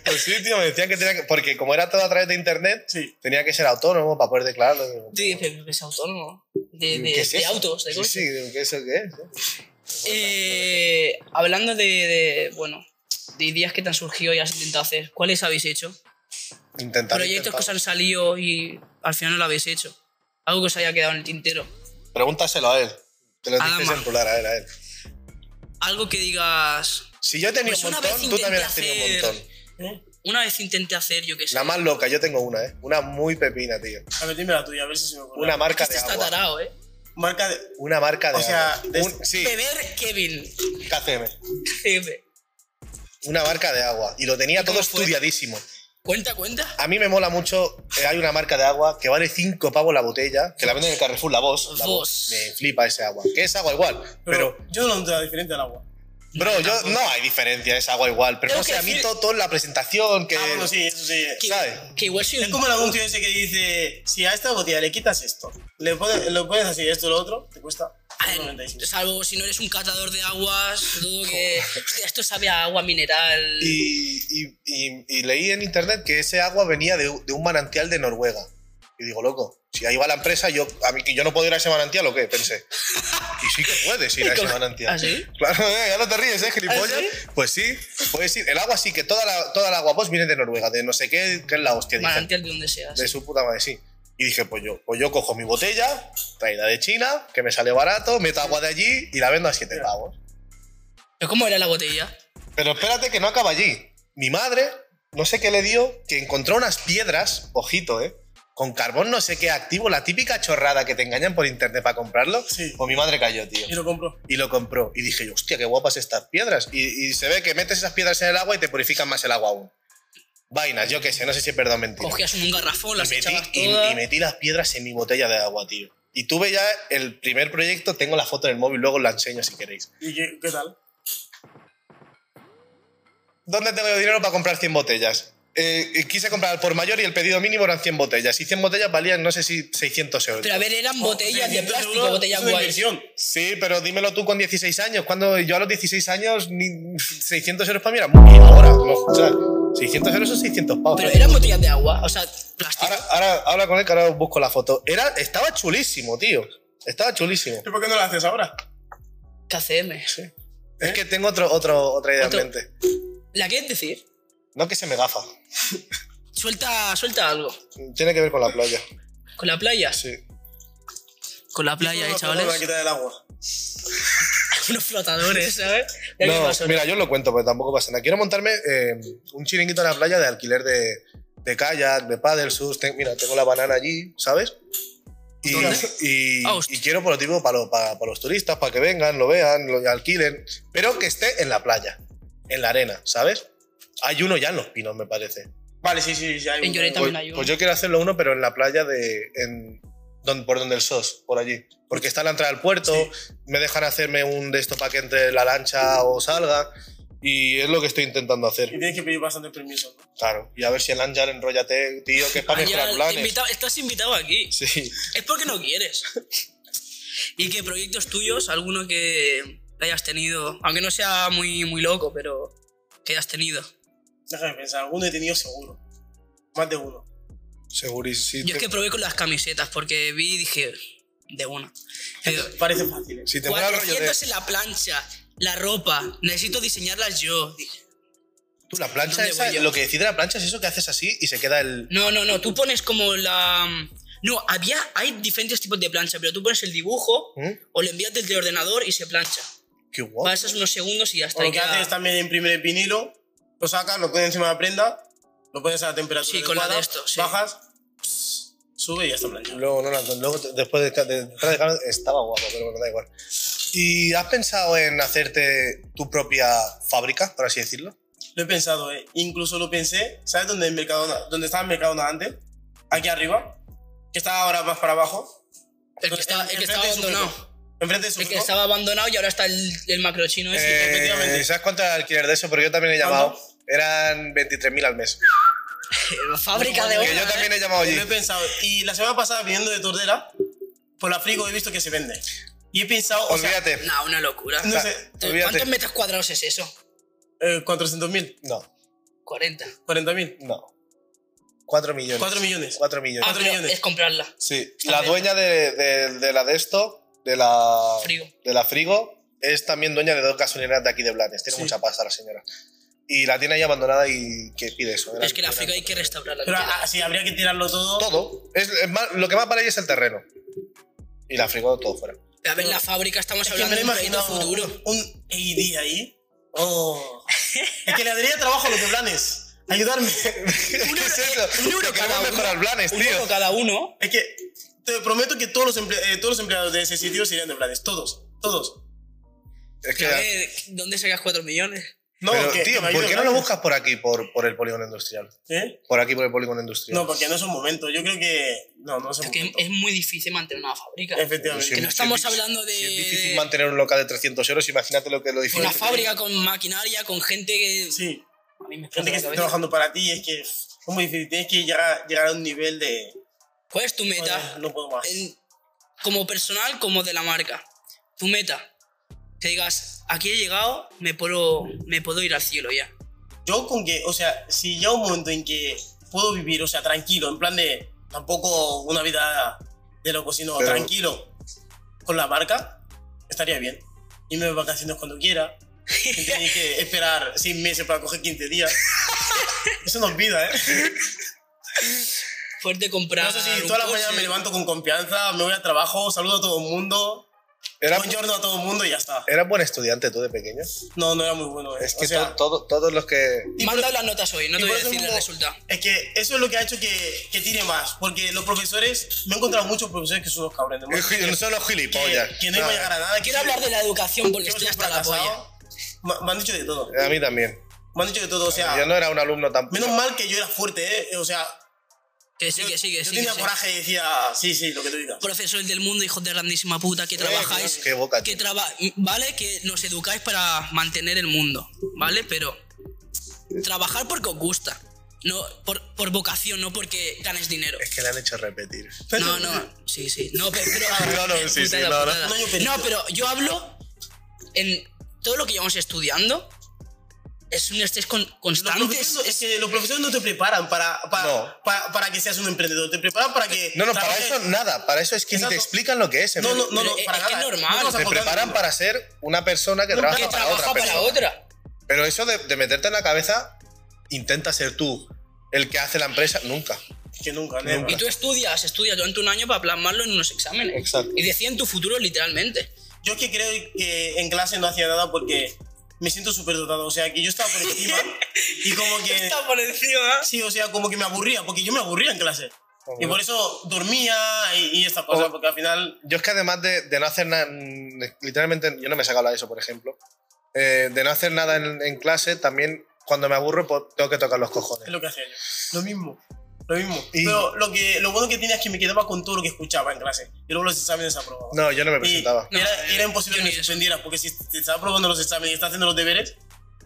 Speaker 1: Pues sí, tío, me decían que tenía que. Porque como era todo a través de internet,
Speaker 3: Sí.
Speaker 1: tenía que ser autónomo para poder declararlo.
Speaker 2: de- de- que es autónomo. De,
Speaker 1: ¿Qué
Speaker 2: de-
Speaker 1: es
Speaker 2: de
Speaker 1: eso?
Speaker 2: autos, de
Speaker 1: Sí,
Speaker 2: coches.
Speaker 1: sí, digo, ¿qué eso qué es?
Speaker 2: Eh, hablando de, de, bueno, de ideas que te han surgido y has intentado hacer, ¿cuáles habéis hecho?
Speaker 1: Intentar.
Speaker 2: Proyectos
Speaker 1: intentar.
Speaker 2: que os han salido y al final no lo habéis hecho. Algo que os haya quedado en el tintero.
Speaker 1: Pregúntaselo a él. Te lo
Speaker 2: Adama.
Speaker 1: dices en plural, a él, a él.
Speaker 2: Algo que digas,
Speaker 1: Si yo he tenido
Speaker 2: Pues
Speaker 1: un
Speaker 2: una vez
Speaker 1: montón, tú también
Speaker 2: intenté
Speaker 1: has tenido
Speaker 2: hacer-
Speaker 1: un montón.
Speaker 3: ¿Eh?
Speaker 2: una vez intenté hacer, yo qué sé.
Speaker 1: La más loca, yo tengo una, ¿eh? Una muy pepina, tío.
Speaker 3: A ver, dime la tuya, a ver si se me ocurre.
Speaker 1: Una marca
Speaker 2: este
Speaker 1: de
Speaker 2: está
Speaker 1: agua.
Speaker 2: tarado, ¿eh?
Speaker 3: marca de...
Speaker 1: Una marca de
Speaker 3: O sea,
Speaker 1: agua.
Speaker 3: de-
Speaker 1: Un- sí,
Speaker 2: Beber Kevin.
Speaker 1: KCM.
Speaker 2: Jefe.
Speaker 1: Una marca de agua. Y lo tenía todo
Speaker 2: ¿Cómo fue?
Speaker 1: estudiadísimo.
Speaker 2: Cuenta, cuenta.
Speaker 1: A mí me mola mucho. eh, hay una marca de agua que vale 5 pavos la botella, que la venden en el Carrefour, la Voss. La
Speaker 2: Voss.
Speaker 1: Voss. Me flipa ese agua. Que es agua igual.
Speaker 3: Pero,
Speaker 1: Pero, Eh.
Speaker 3: yo no lo entiendo diferente al agua.
Speaker 1: bro, yo no hay diferencia, es agua igual. Pero
Speaker 2: Tengo
Speaker 1: no sé,
Speaker 2: que
Speaker 1: a mí
Speaker 2: decir-
Speaker 1: todo, todo en la presentación que.
Speaker 3: Ah, bueno, sí, eso sí.
Speaker 2: Que,
Speaker 1: ¿Sabe?
Speaker 2: que igual soy
Speaker 3: Es
Speaker 2: un...
Speaker 3: como el anuncio ese que dice, si a esta botella le quitas esto, le pones, lo pones así, esto lo otro, te cuesta
Speaker 2: A ver,
Speaker 3: 95.
Speaker 2: Salvo si no eres un catador de aguas, dudo que... Hostia, esto sabe a agua mineral.
Speaker 1: Y, y- y- y leí en internet que ese agua venía de, de un manantial de Noruega. Y digo, loco, si ahí va la empresa, yo, a mí, ¿yo no puedo ir a ese manantial o qué? Pensé. Y sí que puedes ir a ese
Speaker 2: ¿Cómo?
Speaker 1: manantial.
Speaker 2: ¿Ah, sí?
Speaker 1: Claro, eh, ya no te ríes, ¿eh, gilipollas?
Speaker 2: ¿Ah, sí?
Speaker 1: Pues sí, puedes ir. El agua sí, que toda la, toda el agua pues viene de Noruega, de no sé qué, que es la hostia. dije,
Speaker 2: Manantial de donde sea.
Speaker 1: de
Speaker 2: sí.
Speaker 1: su puta madre, sí. Y dije, pues yo, pues yo cojo mi botella, traída de China, que me sale barato, meto agua de allí y la vendo a 7 pavos.
Speaker 2: ¿Pero cómo era la botella?
Speaker 1: Pero espérate que no acaba allí. Mi madre, no sé qué le dio, que encontró unas piedras, ojito, ¿eh? Con carbón no sé qué activo, la típica chorrada que te engañan por internet para comprarlo.
Speaker 3: Sí.
Speaker 1: Pues mi madre cayó, tío.
Speaker 3: Y lo compro.
Speaker 1: Y lo compró. Y dije, yo, hostia, qué guapas estas piedras. Y, y se ve que metes esas piedras en el agua y te purifican más el agua aún. Vainas, yo qué sé, no sé si es verdad o mentira.
Speaker 2: Cogías un garrafón, las
Speaker 1: y metí,
Speaker 2: echabas
Speaker 1: y-
Speaker 2: todas.
Speaker 1: y metí las piedras en mi botella de agua, tío. Y tuve ya el primer proyecto, tengo la foto en el móvil, luego os la enseño si queréis.
Speaker 3: ¿Y qué, qué tal?
Speaker 1: ¿Dónde tengo yo dinero para comprar 100 botellas? Eh, y quise comprar al por mayor y el pedido mínimo eran 100 botellas. Y 100 botellas valían, no sé si 600 euros.
Speaker 2: Pero a ver, eran botellas de
Speaker 3: 600
Speaker 2: plástico,
Speaker 3: euros,
Speaker 2: botellas
Speaker 3: eso es
Speaker 2: guays.
Speaker 3: inversión.
Speaker 1: Sí, pero dímelo tú con 16 años. Cuando yo a los 16 años, ni 600 euros para mí eran muy. Ahora, no, o sea, 600 euros son 600 pavos.
Speaker 2: Pero eran botellas de agua, o sea, plástico.
Speaker 1: Ahora, ahora habla con él que ahora os busco la foto. Era, estaba chulísimo, tío. Estaba chulísimo.
Speaker 3: ¿Y por qué no lo haces ahora?
Speaker 2: KCM.
Speaker 1: Es que tengo otro, otro, otra idea
Speaker 2: Otro.
Speaker 1: en mente.
Speaker 2: ¿La quieres decir?
Speaker 1: No que se me gafa.
Speaker 2: Suelta, suelta algo.
Speaker 1: Tiene que ver con la playa.
Speaker 2: ¿Con la playa?
Speaker 1: Sí.
Speaker 2: Con la playa, eh,
Speaker 3: No,
Speaker 2: chavales.
Speaker 3: no, no, quitar el agua.
Speaker 2: Unos flotadores, ¿sabes? Ya que
Speaker 1: No,
Speaker 2: pasó,
Speaker 1: mira, yo os lo cuento, pero tampoco pasa nada. Quiero montarme eh, un chiringuito en la playa de alquiler de, de kayak, de paddle, sus. Ten- mira, tengo la banana allí, ¿sabes? Y,
Speaker 2: ¿Dónde?
Speaker 1: y-
Speaker 2: Ah, hostia.
Speaker 1: y quiero por lo tipo para, lo- para- para los turistas, para que vengan, lo vean, lo alquilen, pero que esté en la playa, en la arena, ¿sabes? Hay uno ya en los pinos, me parece.
Speaker 3: Vale, sí, sí, sí. Hay
Speaker 2: En
Speaker 3: un-
Speaker 2: Lloreta.
Speaker 1: Pues,
Speaker 2: También hay uno.
Speaker 1: pues yo quiero hacerlo uno, pero en la playa de. En, don- por donde el SOS, por allí. Porque está la entrada al puerto, me dejan hacerme un de esto para que entre la lancha o salga. Y es lo que estoy intentando
Speaker 3: Y
Speaker 1: hacer.
Speaker 3: tienes que pedir bastante permiso. ¿no?
Speaker 1: Claro. Y a ver si el Anjar enrollate, tío, que es para
Speaker 2: Ángel,
Speaker 1: mejorar planes.
Speaker 2: invitado- estás invitado aquí.
Speaker 1: Sí.
Speaker 2: Es porque no quieres. ¿Y qué proyectos tuyos? ¿Alguno que hayas tenido? Aunque no sea muy, muy loco, pero que hayas tenido.
Speaker 3: Déjame pensar, alguno he tenido seguro. Más de uno.
Speaker 1: Segurísimo.
Speaker 2: Yo es que probé con las camisetas porque vi y dije, de una. Digo,
Speaker 3: Parece fácil. ¿eh?
Speaker 1: Si te mola el rollo de.
Speaker 2: 400 en la plancha, la ropa, necesito diseñarlas yo. Dije,
Speaker 1: Tú, la plancha
Speaker 2: ¿Dónde
Speaker 1: esa,
Speaker 2: voy yo?
Speaker 1: lo que decide la plancha es eso que haces así y se queda el.
Speaker 2: No, no, no, tú pones como la... mm, No, había, hay diferentes tipos de plancha, pero tú pones el dibujo
Speaker 1: ¿Mm?
Speaker 2: o lo envías desde el ordenador y se plancha.
Speaker 1: Qué guapo.
Speaker 2: Pasas unos segundos y ya
Speaker 3: O
Speaker 2: está.
Speaker 3: lo
Speaker 2: y
Speaker 3: que
Speaker 2: queda-
Speaker 3: haces es también imprimir el vinilo, lo sacas, lo pones encima de la prenda, lo pones a la temperatura
Speaker 2: Sí, con la
Speaker 3: adecuada,
Speaker 2: de esto, sí.
Speaker 3: bajas, pss, sube y ya está planchado.
Speaker 1: Luego, no, no, luego te- después de, ca- de, entrar de Carlos, estaba guapo, pero me da igual. ¿Y has pensado en hacerte tu propia fábrica, por así decirlo?
Speaker 3: Lo he pensado, eh. Incluso lo pensé, ¿sabes dónde, el Mercadona, dónde estaba el Mercadona antes? Aquí arriba, que está ahora más para abajo.
Speaker 2: El que, está, el que
Speaker 3: Enfrente
Speaker 2: estaba
Speaker 3: de su
Speaker 2: abandonado.
Speaker 3: pico. Enfrente de su
Speaker 2: El que
Speaker 3: pico.
Speaker 2: estaba abandonado y ahora está el, el macro chino este. ese.
Speaker 1: Eh,
Speaker 3: efectivamente.
Speaker 1: ¿Sabes cuánto era el alquiler de eso? Porque yo también he llamado. Eran 23.000 al mes.
Speaker 2: Eh, Fábrica de
Speaker 1: Que yo también he llamado allí.
Speaker 3: Lo he pensado. Y la semana pasada, viniendo de Tordera, por la frigo he visto que se vende. Y he pensado, o sea,
Speaker 1: Olvídate.
Speaker 2: No, una locura.
Speaker 3: No sé,
Speaker 2: ¿Cuántos
Speaker 1: olvídate.
Speaker 2: metros cuadrados es eso?
Speaker 3: eh, 400.000,
Speaker 1: No,
Speaker 2: 40.
Speaker 3: 40.000,
Speaker 1: no. 4 millones.
Speaker 3: 4 millones. Ah,
Speaker 1: 4 millones.
Speaker 2: Ah,
Speaker 3: Cuatro
Speaker 2: pero
Speaker 3: millones.
Speaker 2: es comprarla.
Speaker 1: Sí,
Speaker 2: Está
Speaker 1: la
Speaker 2: bien.
Speaker 1: dueña de, de- de la de esto, de la
Speaker 2: Frigo.
Speaker 1: de la Frigo, es también dueña de dos gasolineras de aquí de Blanes. Tiene
Speaker 3: Sí.
Speaker 1: mucha pasta la señora. Y la tiene ahí abandonada y que pide eso.
Speaker 2: Pero es que la África hay que restaurarla.
Speaker 3: Pero
Speaker 2: que queda.
Speaker 3: así habría que tirarlo todo.
Speaker 1: Todo. Es, es más- lo que más para ella es el terreno. Y la Frigo todo fuera.
Speaker 2: a ver, la fábrica estamos
Speaker 3: Es que
Speaker 2: hablando
Speaker 3: me lo
Speaker 2: de
Speaker 3: he
Speaker 2: un proyecto
Speaker 3: imaginado
Speaker 2: futuro.
Speaker 3: un AD ahí. Oh. es que le daría trabajo a los de planes. Ayudarme.
Speaker 1: ¿Qué es eso?
Speaker 2: un euro
Speaker 1: Que queremos
Speaker 2: cada uno.
Speaker 1: mejorar Blanes,
Speaker 2: Un poco
Speaker 1: tío.
Speaker 2: cada uno.
Speaker 3: Es que te prometo que todos los, emple- eh, todos los empleados de ese sitio serían de planes. Todos. Todos.
Speaker 1: Es
Speaker 2: A
Speaker 1: que,
Speaker 2: ver, ¿dónde sacas 4 millones?
Speaker 3: No,
Speaker 1: pero,
Speaker 3: que-
Speaker 1: tío,
Speaker 3: que
Speaker 1: ¿por
Speaker 3: me ayude
Speaker 1: qué no lo
Speaker 3: Blanes.
Speaker 1: buscas por aquí, por, por el polígono industrial?
Speaker 3: ¿Eh?
Speaker 1: Por aquí, por el polígono industrial.
Speaker 3: No, porque no es un momento. Yo creo que. No, no es un
Speaker 2: Es que
Speaker 3: momento.
Speaker 2: es muy difícil mantener una fábrica.
Speaker 3: Efectivamente.
Speaker 2: que no
Speaker 1: es
Speaker 2: estamos
Speaker 1: difícil-
Speaker 2: hablando de-
Speaker 1: si es difícil mantener un local de 300 euros, imagínate lo que es lo difícil.
Speaker 2: eh, Con la
Speaker 1: que-
Speaker 2: fábrica, con maquinaria, con gente que.
Speaker 3: Sí.
Speaker 2: A mí me explota
Speaker 3: Gente que
Speaker 2: la
Speaker 3: está
Speaker 2: cabeza.
Speaker 3: trabajando para ti es que es muy difícil. Tienes que llegar, llegar a un nivel de.
Speaker 2: ¿Cuál es tu meta?
Speaker 3: "Joder, no puedo más.
Speaker 2: en- como personal como de la marca. Tu meta. Que digas, aquí he llegado, me puedo, me puedo ir al cielo ya.
Speaker 3: Yo con que, o sea, si llega un momento en que puedo vivir, o sea, tranquilo, en plan de, Tampoco una vida de loco, sino
Speaker 1: Pero-
Speaker 3: tranquilo con la marca, estaría bien. Y me voy de vacaciones cuando quiera. Sin tener que esperar seis meses para coger 15 días. Eso no es vida, ¿eh?
Speaker 2: Fuerte comprar.
Speaker 3: No sé si
Speaker 2: un
Speaker 3: todas las
Speaker 2: coche.
Speaker 3: mañanas me levanto con confianza, me voy al trabajo, saludo a todo el mundo,
Speaker 1: ¿Eras,
Speaker 3: buongiorno a todo el mundo y ya está.
Speaker 1: eras buen estudiante tú de pequeño?
Speaker 3: No, no era muy bueno. ¿eh?
Speaker 1: Es
Speaker 3: O
Speaker 1: que
Speaker 3: sea,
Speaker 1: to- todo- todos los que...
Speaker 3: y por-
Speaker 2: Manda las notas hoy, no
Speaker 3: y
Speaker 2: te voy
Speaker 3: por
Speaker 2: a
Speaker 3: eso
Speaker 2: decir el
Speaker 3: mismo-
Speaker 2: resultado.
Speaker 3: Es que eso es lo que ha hecho que, que tire más, porque los profesores, me he encontrado muchos profesores que son unos cabrones. ¿no?
Speaker 1: No son los
Speaker 3: que,
Speaker 1: gilipollas.
Speaker 3: que no iba a llegar a nada. que
Speaker 2: Quiero
Speaker 3: soy-
Speaker 2: hablar de la educación porque
Speaker 3: que soy
Speaker 2: estoy
Speaker 3: un
Speaker 2: hasta la polla.
Speaker 3: fracasado. Me, me han dicho de todo.
Speaker 1: A mí también.
Speaker 3: Me han dicho de todo. O
Speaker 1: yo
Speaker 3: sea,
Speaker 1: no era un alumno tan...
Speaker 3: menos mal que yo era fuerte, ¿eh? O sea,
Speaker 2: Que sí, que sí, que
Speaker 3: yo
Speaker 2: sí. que
Speaker 3: tenía
Speaker 2: sí.
Speaker 3: coraje y decía, sí, sí, lo que tú digas.
Speaker 2: Profesores del mundo, hijos de grandísima puta, que
Speaker 1: Oye,
Speaker 2: trabajáis.
Speaker 1: qué boca,
Speaker 2: que
Speaker 1: tío.
Speaker 2: traba- Vale, que nos educáis para mantener el mundo, ¿vale? Pero trabajar porque os gusta. No, por, por vocación, no porque ganes dinero.
Speaker 1: Es que le han hecho repetir.
Speaker 2: No, no, sí, sí. No, pe- pero.
Speaker 1: No, no, sí, sí,
Speaker 2: Putada,
Speaker 1: no, no.
Speaker 2: putada.
Speaker 3: No, yo pensé-
Speaker 2: No, pero yo hablo en todo lo que llevamos estudiando. Es un estrés con-
Speaker 3: Los
Speaker 2: constante.
Speaker 3: profesores,
Speaker 2: es-
Speaker 3: no, es que los profesores no te preparan para, para,
Speaker 1: No.
Speaker 3: para, para que seas un emprendedor, te preparan para que.
Speaker 1: No, no, para
Speaker 3: trabajes-
Speaker 1: eso nada. Para eso es que ni te
Speaker 3: Exacto.
Speaker 1: explican lo que es.
Speaker 3: No, no, no, no,
Speaker 2: Pero es-
Speaker 3: para
Speaker 2: es que
Speaker 3: nada.
Speaker 2: es normal.
Speaker 3: No te vas a
Speaker 1: Te
Speaker 3: encontrar
Speaker 1: preparan
Speaker 3: ninguno.
Speaker 1: para ser una persona que trabaja
Speaker 2: que
Speaker 1: para
Speaker 2: trabaja
Speaker 1: otra
Speaker 2: para
Speaker 1: persona.
Speaker 2: otra.
Speaker 1: Pero eso de, de meterte en la cabeza, intenta ser tú el que hace la empresa. Nunca.
Speaker 3: Que nunca,
Speaker 1: Nunca.
Speaker 3: nunca.
Speaker 2: Y tú estudias, estudias durante un año para plasmarlo en unos exámenes.
Speaker 1: Exacto.
Speaker 2: Y deciden tu futuro literalmente.
Speaker 3: Yo es que creo que en clase no hacía nada porque me siento súper dotado. O sea, que yo estaba por encima y como que.
Speaker 2: Está por encima.
Speaker 3: Sí, o sea, como que me aburría, porque yo me aburría en clase. Y
Speaker 1: Joder.
Speaker 3: por eso dormía y, y estas cosas,
Speaker 1: Ojo.
Speaker 3: porque al final.
Speaker 1: Yo es que además de, de no hacer nada, literalmente, yo no me he sacado la ESO, por ejemplo, eh, de no hacer nada en, en clase, también cuando me aburro po- tengo que tocar los
Speaker 3: Es
Speaker 1: cojones.
Speaker 3: lo que hacía yo. Lo mismo. Lo mismo.
Speaker 1: Y-
Speaker 3: Pero lo, que, lo bueno que tenía es que me quedaba con todo lo que escuchaba en clase. Y luego los exámenes aprobaba.
Speaker 1: No, yo no me
Speaker 3: Y
Speaker 1: presentaba.
Speaker 2: No,
Speaker 3: era,
Speaker 2: eh,
Speaker 3: era
Speaker 2: yo
Speaker 3: imposible que me
Speaker 2: ni eso.
Speaker 3: suspendieras, porque si te estás aprobando los exámenes y estás haciendo los deberes,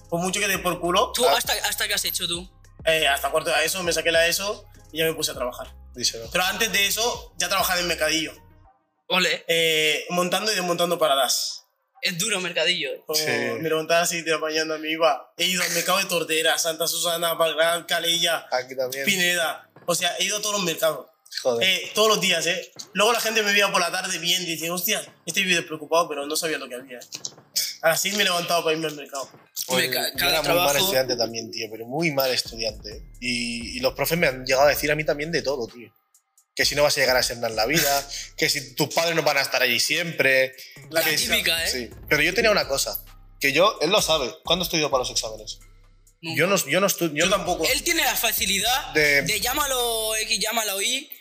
Speaker 3: por mucho que te por culo,
Speaker 2: ¿Tú
Speaker 1: Ah.
Speaker 2: hasta, hasta qué has hecho tú?
Speaker 3: eh, hasta cuarto de eso, me saqué la ESO y ya me puse a trabajar.
Speaker 1: Díselo.
Speaker 3: Pero antes de eso, ya trabajaba en mercadillo,
Speaker 2: Ole,
Speaker 3: eh, montando y desmontando paradas.
Speaker 2: es duro mercadillo. eh.
Speaker 3: Como
Speaker 1: Sí.
Speaker 3: Me levantaba a las 6 de la mañana, me iba. He ido al mercado de Tordera, Santa Susana, Valgrán, Calella,
Speaker 1: Aquí también.
Speaker 3: Pineda. O sea, he ido a todos los mercados.
Speaker 1: Joder.
Speaker 3: Eh, todos los días, ¿eh? Luego la gente me veía por la tarde bien y decía, hostia, este vive preocupado, pero no sabía lo que había. A las 6 me he levantado para irme al mercado.
Speaker 1: Pues,
Speaker 2: me ca-
Speaker 1: yo
Speaker 2: cada
Speaker 1: era muy mal
Speaker 2: trabajo-
Speaker 1: estudiante también, tío, pero muy mal estudiante. Y, y los profes me han llegado a decir a mí también de todo, tío. Que si no vas a llegar a ser nada en la vida, que si tus padres no van a estar allí siempre.
Speaker 2: La
Speaker 1: que-
Speaker 2: típica, ¿eh?
Speaker 1: Sí. Pero yo tenía una cosa, que yo, él lo sabe, ¿cuándo estudio para los exámenes?
Speaker 2: Nunca.
Speaker 1: Yo no, yo no estudio...
Speaker 3: Yo tampoco.
Speaker 2: Él tiene la facilidad
Speaker 1: De-
Speaker 2: de, llámalo X, llámalo Y.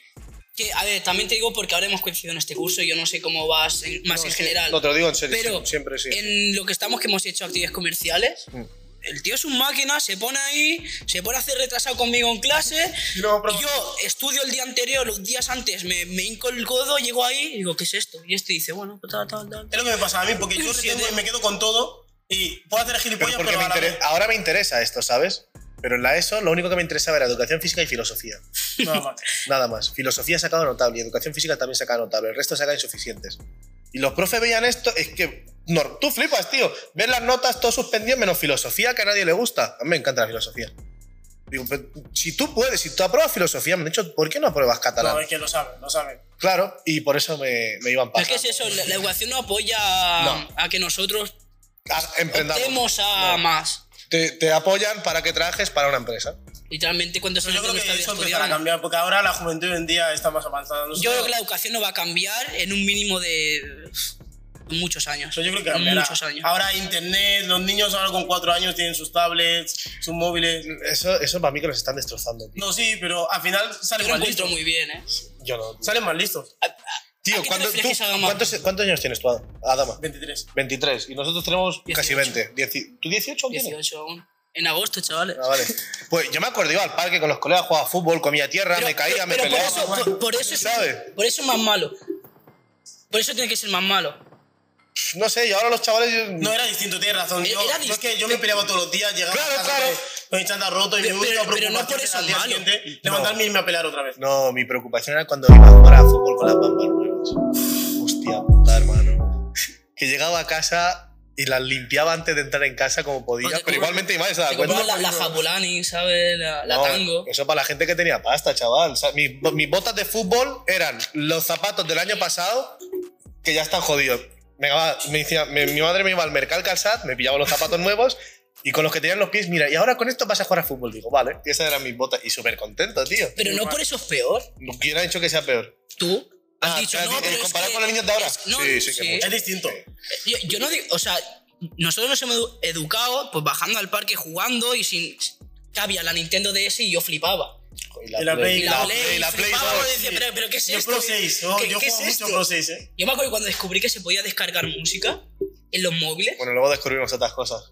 Speaker 2: Que, a ver, también te digo porque ahora hemos coincidido en este curso y yo no sé cómo vas en- más
Speaker 1: No,
Speaker 2: en
Speaker 1: sí,
Speaker 2: general.
Speaker 1: No, te lo digo en serio,
Speaker 2: Pero
Speaker 1: sí, siempre sí.
Speaker 2: en lo que estamos que hemos hecho actividades comerciales,
Speaker 1: Mm.
Speaker 2: el tío es un máquina, se pone ahí, se pone a hacer retrasado conmigo en clase.
Speaker 3: Y luego probo-
Speaker 2: Yo estudio el día anterior, los días antes, me, me hinco el codo, llego ahí y digo, ¿qué es esto? Y este dice, bueno, pues tal, tal, tal.
Speaker 3: Es lo que me pasaba a mí, porque yo
Speaker 2: Sí,
Speaker 3: retengo
Speaker 2: de-
Speaker 3: y me quedo con todo y puedo hacer
Speaker 1: Pero
Speaker 3: gilipollas, pero,
Speaker 1: porque me
Speaker 3: a la
Speaker 1: intere-
Speaker 3: vez-
Speaker 1: ahora me interesa esto, ¿sabes? Pero en la ESO lo único que me interesaba era educación física y filosofía.
Speaker 3: Nada más.
Speaker 1: Nada más. Filosofía sacaba notable y educación física también sacaba notable. El resto sacaba insuficientes. Y los profes veían esto, es que. no, tú flipas, tío. Ves las notas, todo suspendido, menos filosofía, que a nadie le gusta. A mí me encanta la filosofía. Digo, pero si tú puedes, si tú apruebas filosofía, me han dicho, ¿por qué no apruebas catalán?
Speaker 3: No, es que lo saben, lo saben.
Speaker 1: Claro, y por eso me, me iban
Speaker 2: Pero eh. es
Speaker 1: pagando.
Speaker 2: que es eso, la, la educación no apoya a- a que nosotros
Speaker 1: Ah, emprendamos.
Speaker 2: optemos a
Speaker 1: No.
Speaker 2: más.
Speaker 1: Te, te apoyan para que trabajes para una empresa.
Speaker 2: Literalmente, cuando se
Speaker 3: Pero yo creo que eso empezará a
Speaker 2: estudiando.
Speaker 3: cambiar, porque ahora la juventud hoy en día está más avanzada. Nosotros-
Speaker 2: Yo creo que la educación no va a cambiar en un mínimo de muchos años.
Speaker 3: Pero yo creo que cambiará.
Speaker 2: Muchos años.
Speaker 3: Ahora internet, los niños ahora con cuatro años tienen sus tablets, sus móviles.
Speaker 1: Eso, eso para mí que los están destrozando, tío.
Speaker 3: No, sí, pero al final
Speaker 2: Yo
Speaker 3: salen
Speaker 2: lo
Speaker 3: más
Speaker 2: encuentro
Speaker 3: listos.
Speaker 2: muy bien, ¿eh?
Speaker 1: Yo no. tío.
Speaker 3: Salen más listos.
Speaker 1: Tío,
Speaker 2: ¿A qué te
Speaker 1: ¿cuánto-
Speaker 2: refieres,
Speaker 1: tú-
Speaker 2: Adama?
Speaker 1: ¿cuántos, cuántos años tienes tú, Adama?
Speaker 3: 23.
Speaker 1: 23. Y nosotros tenemos casi
Speaker 2: 18.
Speaker 1: 20. Dieci- ¿Tú 18 tienes?
Speaker 2: 18 aún. En agosto, chavales.
Speaker 1: Ah, vale. Pues yo me acuerdo, iba al parque con los colegas, jugaba fútbol, comía tierra,
Speaker 2: Pero-
Speaker 1: me caía, me
Speaker 2: pero por
Speaker 1: peleaba.
Speaker 2: eso, por, por eso es,
Speaker 1: ¿Sabe?
Speaker 2: por eso es más malo. Por eso tiene que ser más malo.
Speaker 1: No sé, y ahora los chavales. yo-
Speaker 3: No era distinto, tienes razón.
Speaker 2: Era-
Speaker 3: Yo,
Speaker 2: Eh, era
Speaker 3: yo es que
Speaker 2: distinto.
Speaker 3: yo me peleaba todos los días, llegaba
Speaker 1: Claro,
Speaker 3: a casa
Speaker 1: claro.
Speaker 3: con- con el chándal roto y
Speaker 2: Pero-
Speaker 3: me
Speaker 2: pero-
Speaker 3: última
Speaker 2: pero no por
Speaker 3: preocupación
Speaker 2: eso
Speaker 3: era al
Speaker 2: es
Speaker 3: día
Speaker 2: malo.
Speaker 3: siguiente
Speaker 1: No.
Speaker 3: levantarme y irme a pelear otra vez.
Speaker 1: No, mi preocupación era cuando iba a jugar a pues, fútbol con las bambas nuevas. Hostia puta, hermano. Que llegaba a casa y las limpiaba antes de entrar en casa como podía.
Speaker 2: Oye,
Speaker 1: pero
Speaker 2: ¿cómo-
Speaker 1: igualmente mi madre se daba
Speaker 2: Te
Speaker 1: cuenta.
Speaker 2: compras la, la Jabulani, ¿sabes? La, la
Speaker 1: No,
Speaker 2: Tango.
Speaker 1: Eso para la gente que tenía pasta, chaval. O sea, mis, bo- mis botas de fútbol eran los zapatos del año pasado que ya están jodidos. Venga, va, me decía- me- mi madre me iba al mercado calzat, me pillaba los zapatos nuevos y con los que tenían los pies, mira, y ahora con esto vas a jugar a fútbol. Digo, vale. Y esas eran mis botas. Y súper contento, tío.
Speaker 2: Pero no por eso es peor.
Speaker 1: ¿Quién ha dicho que sea peor?
Speaker 2: Tú has
Speaker 1: Ah,
Speaker 2: dicho,
Speaker 1: claro,
Speaker 2: no,
Speaker 1: eh,
Speaker 2: pero es
Speaker 1: comparado
Speaker 2: que-
Speaker 1: con los niños de ahora.
Speaker 2: es- no,
Speaker 1: Sí, sí que mucho.
Speaker 3: Es distinto.
Speaker 2: Yo, yo no digo, o sea, nosotros nos hemos edu- educado pues bajando al parque jugando y sin... que Había la Nintendo DS y yo flipaba.
Speaker 3: Y la Play-
Speaker 2: Y la, Play,
Speaker 1: y la Play
Speaker 2: flipaba,
Speaker 1: dos.
Speaker 2: y decía, pero, pero ¿qué es
Speaker 3: Yo
Speaker 2: esto?
Speaker 3: Pro 6, yo,
Speaker 2: ¿Qué-
Speaker 3: yo
Speaker 2: qué
Speaker 3: juego
Speaker 2: es
Speaker 3: mucho
Speaker 2: esto?
Speaker 3: Pro 6, ¿eh?
Speaker 2: Yo me acuerdo cuando descubrí que se podía descargar música en los móviles.
Speaker 1: Bueno, luego descubrimos otras cosas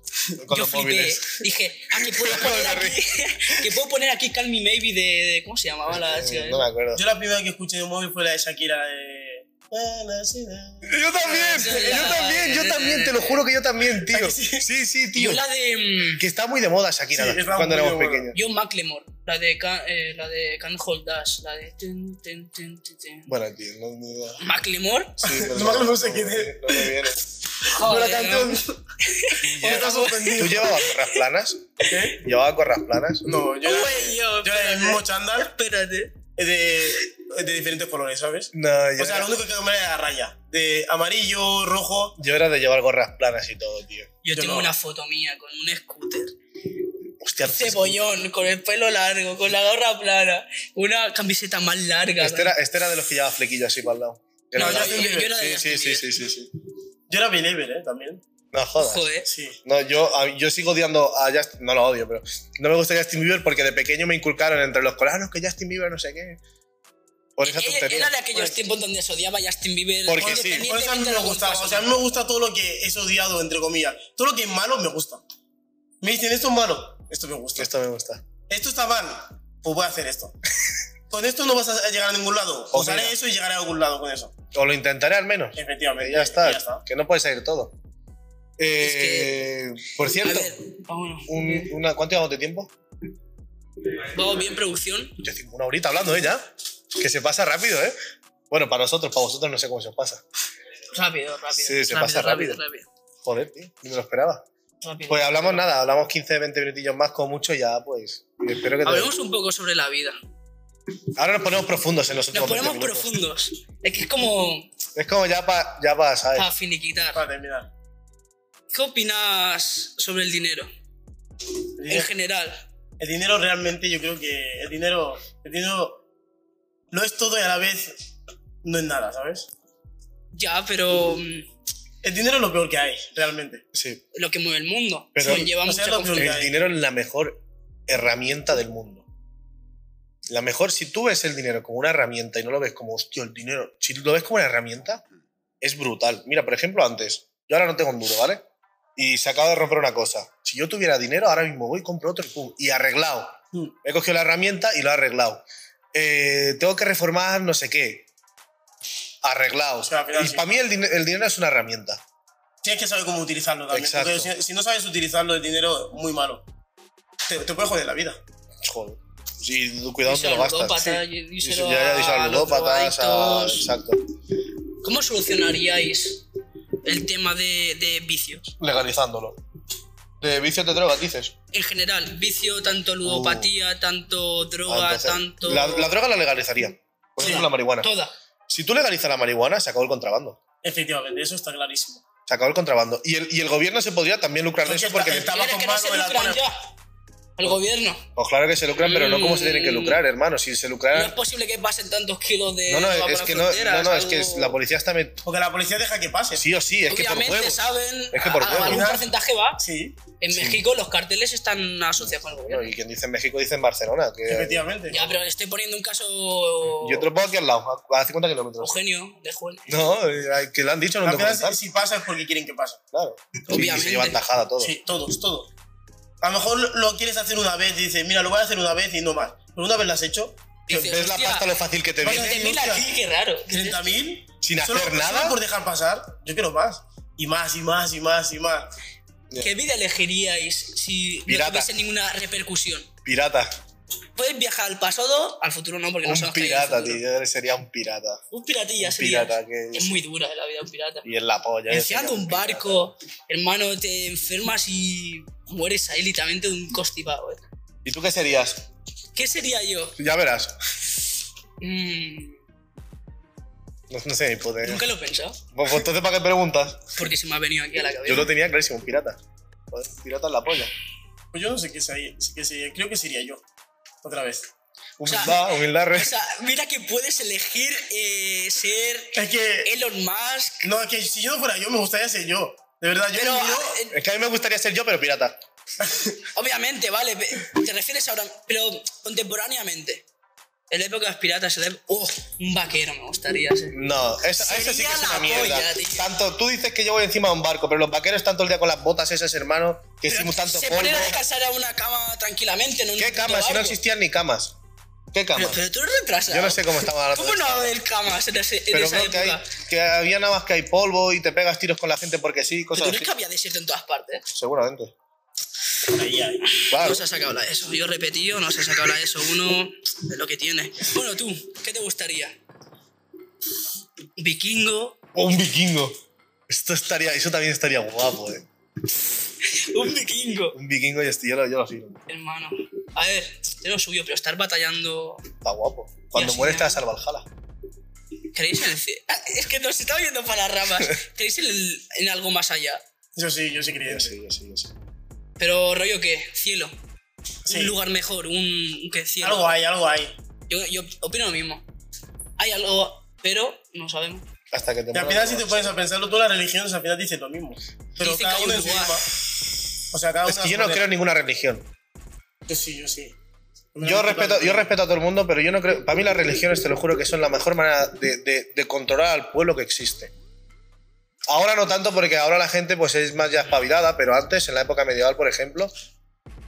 Speaker 1: con
Speaker 2: yo
Speaker 1: los
Speaker 2: flipé.
Speaker 1: móviles.
Speaker 2: Dije, ah, que puedo
Speaker 1: No,
Speaker 2: poner
Speaker 1: me
Speaker 2: aquí, que puedo poner aquí Call Me Maybe de, de- ¿Cómo se llamaba la chica?
Speaker 1: Eh, No me acuerdo.
Speaker 3: Yo la primera que escuché de un móvil fue la de Shakira, la de...
Speaker 1: Yo también, yo también, yo también, te lo juro que yo también, tío. Sí, sí, tío.
Speaker 2: Yo la de... mm,
Speaker 1: Que está muy de moda Shakira
Speaker 3: Sí, está
Speaker 1: cuando
Speaker 3: muy
Speaker 1: éramos
Speaker 3: de moda.
Speaker 1: pequeños.
Speaker 2: Yo Macklemore, la de, Ca- eh, la de Can't Hold Us, la de... tun, tun, tun, tun, tun.
Speaker 1: Bueno, tío, no ni idea.
Speaker 2: Macklemore,
Speaker 1: Sí, pero
Speaker 3: No, no sé quién es.
Speaker 1: No me viene.
Speaker 3: Con Oh, la
Speaker 2: Joder,
Speaker 3: canción.
Speaker 2: ¿no?
Speaker 3: ¿O estás
Speaker 1: ¿Tú
Speaker 3: ofendido?
Speaker 1: llevabas corras planas?
Speaker 3: ¿Qué?
Speaker 1: ¿Llevabas corras planas?
Speaker 3: No, yo era,
Speaker 2: Güey, yo,
Speaker 3: yo era el mismo chándal
Speaker 2: Espérate.
Speaker 3: de, de diferentes colores, ¿sabes?
Speaker 1: No, yo,
Speaker 3: O sea,
Speaker 1: era,
Speaker 3: lo único que cambiaba era la raya. De amarillo, rojo...
Speaker 1: yo era de llevar gorras planas y todo, tío.
Speaker 2: Yo,
Speaker 3: Yo
Speaker 2: tengo
Speaker 3: no.
Speaker 2: una foto mía con un scooter.
Speaker 1: Hostia, no sé.
Speaker 2: Cebollón, con el pelo largo, con la gorra plana, una camiseta más larga.
Speaker 1: Este era, este era de los que llevaba flequillo así para el lado.
Speaker 2: No,
Speaker 1: Era-
Speaker 2: yo- yo- yo era de
Speaker 1: sí, sí, sí,
Speaker 2: Justin
Speaker 1: sí, sí, sí.
Speaker 3: Yo era believer, ¿eh? También.
Speaker 1: No jodas.
Speaker 2: Joder.
Speaker 3: Sí.
Speaker 1: No, yo, a- yo sigo odiando a Justin, no lo odio, pero no me gusta Justin Bieber porque de pequeño me inculcaron entre los colanos que Justin Bieber no sé qué. Por esa
Speaker 2: Era-
Speaker 1: tontería.
Speaker 2: Era de aquellos tiempos donde se odiaba a Justin Bieber.
Speaker 1: Porque sí.
Speaker 3: Por eso a mí
Speaker 2: independientemente
Speaker 3: me
Speaker 2: de lo
Speaker 3: gustaba.
Speaker 2: que
Speaker 3: O sea, a mí me gusta todo lo que es odiado, entre comillas. Todo lo que es malo, me gusta. Me dicen, esto es malo. Esto me gusta.
Speaker 1: Esto me gusta.
Speaker 3: Esto está mal. Pues voy a hacer esto. con esto no vas a llegar a ningún lado.
Speaker 1: O
Speaker 3: Pues haré
Speaker 1: mira.
Speaker 3: eso y llegaré a algún lado con eso.
Speaker 1: O lo intentaré al menos.
Speaker 3: Efectivamente.
Speaker 1: Que ya está,
Speaker 3: Eh, Ya está.
Speaker 1: que no puede salir todo. Eh, Por
Speaker 2: pasaba.
Speaker 1: cierto,
Speaker 2: A ver, vámonos.
Speaker 1: un- una, ¿cuánto llevamos de tiempo?
Speaker 2: Vamos bien, producción.
Speaker 1: Yo tengo una horita hablando, ¿eh? Ya. Que se pasa rápido, ¿eh? Bueno, para nosotros, para vosotros no sé cómo se os pasa.
Speaker 2: Rápido, rápido.
Speaker 1: Sí, se
Speaker 2: rápido,
Speaker 1: pasa rápido.
Speaker 2: Rápido,
Speaker 1: Joder, tío, ni me lo esperaba.
Speaker 2: rápido.
Speaker 1: Pues hablamos nada, hablamos 15, 20 minutillos más, como mucho, ya pues. Espero que te...
Speaker 2: Hablemos un poco sobre la vida.
Speaker 1: Ahora nos ponemos profundos en los
Speaker 2: Nos
Speaker 1: últimos 20
Speaker 2: ponemos
Speaker 1: minutos.
Speaker 2: profundos. Es que es como
Speaker 1: Es como ya para, ya pa, ¿sabes?
Speaker 2: para finiquitar.
Speaker 3: Para terminar.
Speaker 2: ¿Qué opinas sobre el dinero?
Speaker 3: El
Speaker 2: En
Speaker 3: dinero,
Speaker 2: general.
Speaker 3: el dinero realmente, yo creo que el dinero, el dinero lo es todo y a la vez no es nada, ¿sabes?
Speaker 2: Ya, pero mm,
Speaker 3: El dinero es lo peor que hay, realmente.
Speaker 1: Sí.
Speaker 2: lo que mueve el mundo.
Speaker 1: Pero-
Speaker 2: conlleva
Speaker 3: o sea,
Speaker 2: mucha
Speaker 3: lo que-
Speaker 2: confianza.
Speaker 1: El
Speaker 3: hay.
Speaker 1: dinero es la mejor herramienta del mundo. La mejor, si tú ves el dinero como una herramienta y no lo ves como, hostia, el dinero, si lo ves como una herramienta, es brutal. Mira, por ejemplo, antes, yo ahora no tengo un duro, ¿vale? Y se acaba de romper una cosa. Si yo tuviera dinero, ahora mismo voy, compro otro y pum, y arreglado.
Speaker 3: Mm.
Speaker 1: He cogido la herramienta y lo he arreglado. Eh, tengo que reformar no sé qué. Arreglado.
Speaker 3: O sea, al final
Speaker 1: y
Speaker 3: sí.
Speaker 1: para mí el, dine- el dinero es una herramienta.
Speaker 3: Tienes que saber cómo utilizarlo también.
Speaker 1: Exacto.
Speaker 3: Porque si, si no sabes utilizarlo, el dinero es muy malo. Te, te puede joder la vida.
Speaker 1: Joder. Sí, cuidado donde
Speaker 2: Díselo
Speaker 1: lo
Speaker 2: al
Speaker 1: gastas.
Speaker 2: ludópata,
Speaker 1: Sí.
Speaker 2: y
Speaker 1: Sí,
Speaker 2: díselo
Speaker 1: ya, ya,
Speaker 2: a
Speaker 1: dice a
Speaker 2: los
Speaker 1: ludópatas, a-
Speaker 2: drogadictos.
Speaker 1: Exacto.
Speaker 2: ¿Cómo solucionaríais el tema de, de vicios?
Speaker 1: Legalizándolo. De vicios de drogas, dices.
Speaker 2: En general, vicio, tanto ludopatía, tanto droga,
Speaker 1: Ah, Uh. entonces,
Speaker 2: tanto.
Speaker 1: La, la droga la legalizaría. Por
Speaker 2: Sí.
Speaker 1: ejemplo, la marihuana.
Speaker 2: Toda.
Speaker 1: Si tú legalizas la marihuana, se acabó el contrabando.
Speaker 3: Efectivamente, eso está clarísimo.
Speaker 1: Se acabó el contrabando. Y el, y el gobierno se podría también lucrar de
Speaker 2: Pues
Speaker 3: Porque
Speaker 1: eso porque...
Speaker 3: el tabaco
Speaker 2: ¿Quieres que no
Speaker 3: malo
Speaker 2: se
Speaker 3: me la
Speaker 2: lucran
Speaker 3: pone-
Speaker 2: ya? El gobierno.
Speaker 1: Pues claro que se lucran, pero no como se tienen que
Speaker 2: Mm.
Speaker 1: lucrar, hermano. Si se
Speaker 2: No es
Speaker 1: lucraran...
Speaker 2: posible que pasen tantos kilos de.
Speaker 1: No, no,
Speaker 2: droga por
Speaker 1: es
Speaker 2: las
Speaker 1: que no,
Speaker 2: fronteras,
Speaker 1: no, no, es que
Speaker 2: algo-
Speaker 1: la policía está... met-
Speaker 3: Porque la policía deja que pase.
Speaker 1: Sí o sí, es que por
Speaker 2: Obviamente
Speaker 1: huevos.
Speaker 2: saben.
Speaker 1: Es que por
Speaker 2: a- a
Speaker 1: huevos.
Speaker 2: algún porcentaje va.
Speaker 3: Sí,
Speaker 2: En México los carteles están asociados con el
Speaker 1: Bueno,
Speaker 2: gobierno.
Speaker 1: y quien dice en México dice en Barcelona. Que...
Speaker 3: efectivamente.
Speaker 2: Ya, pero estoy poniendo un caso.
Speaker 1: Yo te lo pongo aquí al lado, a a 50 kilómetros.
Speaker 2: Eugenio de Juan.
Speaker 1: No, eh, que lo han dicho en un
Speaker 3: Al final,
Speaker 1: documental.
Speaker 3: si, si pasa es porque quieren que pase.
Speaker 1: Claro. Y
Speaker 2: Obviamente.
Speaker 1: se llevan tajada todo.
Speaker 3: Sí, todos, todos. A lo mejor lo- lo quieres hacer una vez y dices, mira, lo voy a hacer una vez y no más. Pero una vez lo has hecho,
Speaker 2: Dices,
Speaker 1: ¿Ves la
Speaker 2: "Hostia,
Speaker 1: pasta lo fácil que te
Speaker 3: Vaya,
Speaker 1: viene?
Speaker 3: te-
Speaker 2: 20.000 aquí, qué raro.
Speaker 3: 30.000
Speaker 1: Sin hacer
Speaker 3: solo,
Speaker 1: nada.
Speaker 3: solo por dejar pasar. Yo quiero más. Y más, y más, y más, y más.
Speaker 2: ¿Qué vida elegiríais si
Speaker 1: Pirata.
Speaker 2: no tuviese ninguna repercusión?
Speaker 1: Pirata.
Speaker 2: Puedes viajar al pasado, al futuro no, porque no
Speaker 1: un
Speaker 2: sabemos qué hay en el
Speaker 1: pirata,
Speaker 2: futuro.
Speaker 1: tío. Yo sería un pirata.
Speaker 2: Un piratilla
Speaker 1: Un
Speaker 2: serías.
Speaker 1: pirata que-
Speaker 2: Es muy dura la vida de un pirata.
Speaker 1: Y en la polla. yo
Speaker 2: Encima
Speaker 1: sería
Speaker 2: de un
Speaker 1: pirata.
Speaker 2: barco, hermano, te enfermas y mueres ahí literalmente de un constipado. ¿eh?
Speaker 1: ¿Y tú qué serías?
Speaker 2: ¿Qué sería yo?
Speaker 1: Ya verás.
Speaker 2: Mm,
Speaker 1: No, no sé ni poder.
Speaker 2: nunca lo he pensado,
Speaker 1: Pues, pues, entonces, ¿para qué preguntas?
Speaker 2: porque se me ha venido aquí a la
Speaker 1: Yo
Speaker 2: cabeza.
Speaker 1: lo tenía clarísimo, un pirata. Joder, pirata en la polla.
Speaker 3: Pues yo no sé qué sería, qué sería. creo que sería yo. Otra vez.
Speaker 2: O sea,
Speaker 1: Humildad, humildad. eh. re-
Speaker 2: O sea, mira que puedes elegir eh, ser
Speaker 3: Es que.
Speaker 2: Elon Musk,
Speaker 3: No, es que si yo no fuera yo, me gustaría ser yo. De verdad, yo.
Speaker 2: pero
Speaker 3: me miro-
Speaker 2: ah, eh,
Speaker 1: Es que a mí me gustaría ser yo, pero pirata.
Speaker 2: obviamente, vale, pe- te refieres ahora, pero contemporáneamente. En la época de los piratas, en la ep- oh, un vaquero me gustaría ser.
Speaker 1: No, eso, eso sí
Speaker 2: Sería
Speaker 1: que es
Speaker 2: la
Speaker 1: una mierda.
Speaker 2: polla, tío.
Speaker 1: tanto, tú dices que yo voy encima de un barco, pero los vaqueros están todo el día con las botas esas, hermano, que hicimos tanto
Speaker 2: se
Speaker 1: polvo.
Speaker 2: ponen a descansar a una cama tranquilamente, no en un
Speaker 1: ¿Qué
Speaker 2: puto
Speaker 1: camas? Si no
Speaker 2: barco.
Speaker 1: existían ni camas. ¿Qué
Speaker 2: Pero,
Speaker 1: camas?
Speaker 2: pero tú eres retrasado.
Speaker 1: Yo no sé cómo estamos hablando
Speaker 2: ¿Cómo
Speaker 1: de
Speaker 2: no va a haber camas en, ese- en
Speaker 1: pero
Speaker 2: esa
Speaker 1: creo que,
Speaker 2: época?
Speaker 1: hay, que había nada más que hay polvo y te pegas tiros con la gente porque sí,
Speaker 2: Pero tú
Speaker 1: cosas
Speaker 2: crees
Speaker 1: así.
Speaker 2: que había desierto en todas partes.
Speaker 1: Seguramente.
Speaker 3: Ahí, ahí.
Speaker 1: Claro.
Speaker 2: No se ha sacado la ESO. Yo repetido, no se ha sacado la ESO. Uno es lo que tiene. Bueno, tú, ¿qué te gustaría? Vikingo.
Speaker 1: O un vikingo. Esto estaría, eso también estaría guapo, eh.
Speaker 2: Un vikingo.
Speaker 1: Un vikingo y este, yo lo, yo lo firmo.
Speaker 2: Hermano. A ver, te lo suyo, pero estar batallando.
Speaker 1: Está guapo. Cuando
Speaker 2: así
Speaker 1: mueres
Speaker 2: ya.
Speaker 1: te vas al Valhalla.
Speaker 2: ¿Creéis en el cielo? Es que nos estamos yendo para las ramas. ¿Creéis en, el- en algo más allá?
Speaker 3: Yo sí, yo sí
Speaker 1: Yo
Speaker 3: creyente.
Speaker 1: sí, yo sí, yo sí.
Speaker 2: Pero rollo qué? Cielo.
Speaker 3: Sí.
Speaker 2: Un lugar mejor, un, un que cielo.
Speaker 3: Algo hay, algo hay.
Speaker 2: Yo, yo opino lo mismo. Hay algo, pero no sabemos.
Speaker 1: Hasta que te
Speaker 3: Y al
Speaker 1: mueras,
Speaker 3: final, si
Speaker 1: no.
Speaker 3: te pones a pensarlo, todas las religiones al final dicen lo mismo. Pero
Speaker 2: Dicen que
Speaker 3: cada
Speaker 2: hay
Speaker 3: uno
Speaker 2: un
Speaker 3: en su
Speaker 2: lugar.
Speaker 3: forma. O sea, cada uno.
Speaker 1: Es que yo no creo en ninguna religión.
Speaker 3: Yo sí, yo sí.
Speaker 1: Yo respeto, yo respeto a todo el mundo, pero yo no creo. Para mí, las religiones, te lo juro, que son la mejor manera de, de- de controlar al pueblo que existe. Ahora no tanto, porque ahora la gente pues, es más ya espabilada, pero antes, en la época medieval, por ejemplo,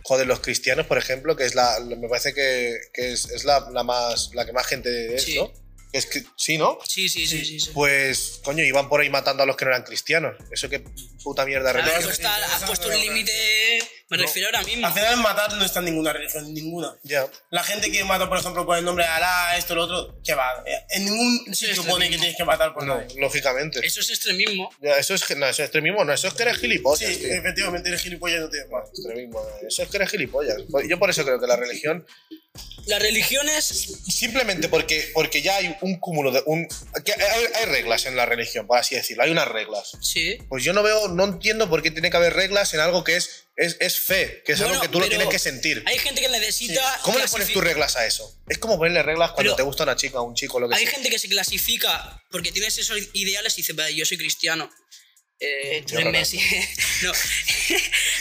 Speaker 1: joder, los cristianos, por ejemplo, que es la. Me parece que, que es, es la, la más, la que más gente es,
Speaker 2: Sí.
Speaker 1: ¿no? Que es que- sí, ¿no?
Speaker 2: Sí, sí, sí, sí. sí.
Speaker 1: Pues, coño, iban por ahí matando a los que no eran cristianos. Eso qué puta mierda
Speaker 2: Claro,
Speaker 1: religión.
Speaker 2: eso está-
Speaker 3: sí,
Speaker 2: has
Speaker 3: eso
Speaker 2: puesto
Speaker 3: no
Speaker 2: un
Speaker 3: lo
Speaker 2: límite, me refiero ahora mismo.
Speaker 3: Al final, matar no está en ninguna religión, ninguna.
Speaker 1: Ya.
Speaker 3: La gente que mata, por ejemplo, por el nombre de Alá, esto, lo otro, que va. En ningún
Speaker 2: Eso
Speaker 3: sitio
Speaker 2: es lo
Speaker 3: pone que
Speaker 2: mismo.
Speaker 3: tienes que matar por
Speaker 1: No,
Speaker 3: nadie.
Speaker 1: lógicamente.
Speaker 2: Eso es extremismo.
Speaker 1: Ya, eso es, que- no, eso es extremismo, no, eso es que eres gilipollas.
Speaker 3: Sí,
Speaker 1: tío.
Speaker 3: efectivamente, eres gilipollas y no tienes más.
Speaker 1: extremismo. Eso es que eres gilipollas. Yo por eso creo que la religión,
Speaker 2: Las religiones,
Speaker 1: simplemente porque, porque ya hay un cúmulo de... Un, que hay, hay reglas en la religión, por así decirlo, hay unas reglas.
Speaker 2: sí.
Speaker 1: Pues yo no veo, no entiendo por qué tiene que haber reglas en algo que es, es, es fe, que es
Speaker 2: Bueno,
Speaker 1: algo que tú lo
Speaker 2: pero
Speaker 1: tienes que sentir.
Speaker 2: Hay gente que necesita.
Speaker 1: ¿Cómo le pones
Speaker 2: clasifi-
Speaker 1: tus reglas a eso? Es como ponerle reglas cuando
Speaker 2: Pero-
Speaker 1: te gusta una chica o un chico, lo que
Speaker 2: Hay
Speaker 1: sea.
Speaker 2: gente que se clasifica porque tienes esos ideales y dice, "Vale, yo soy cristiano. Eh, tú
Speaker 1: Yo
Speaker 2: eres
Speaker 1: Ronaldo.
Speaker 2: Messi. no.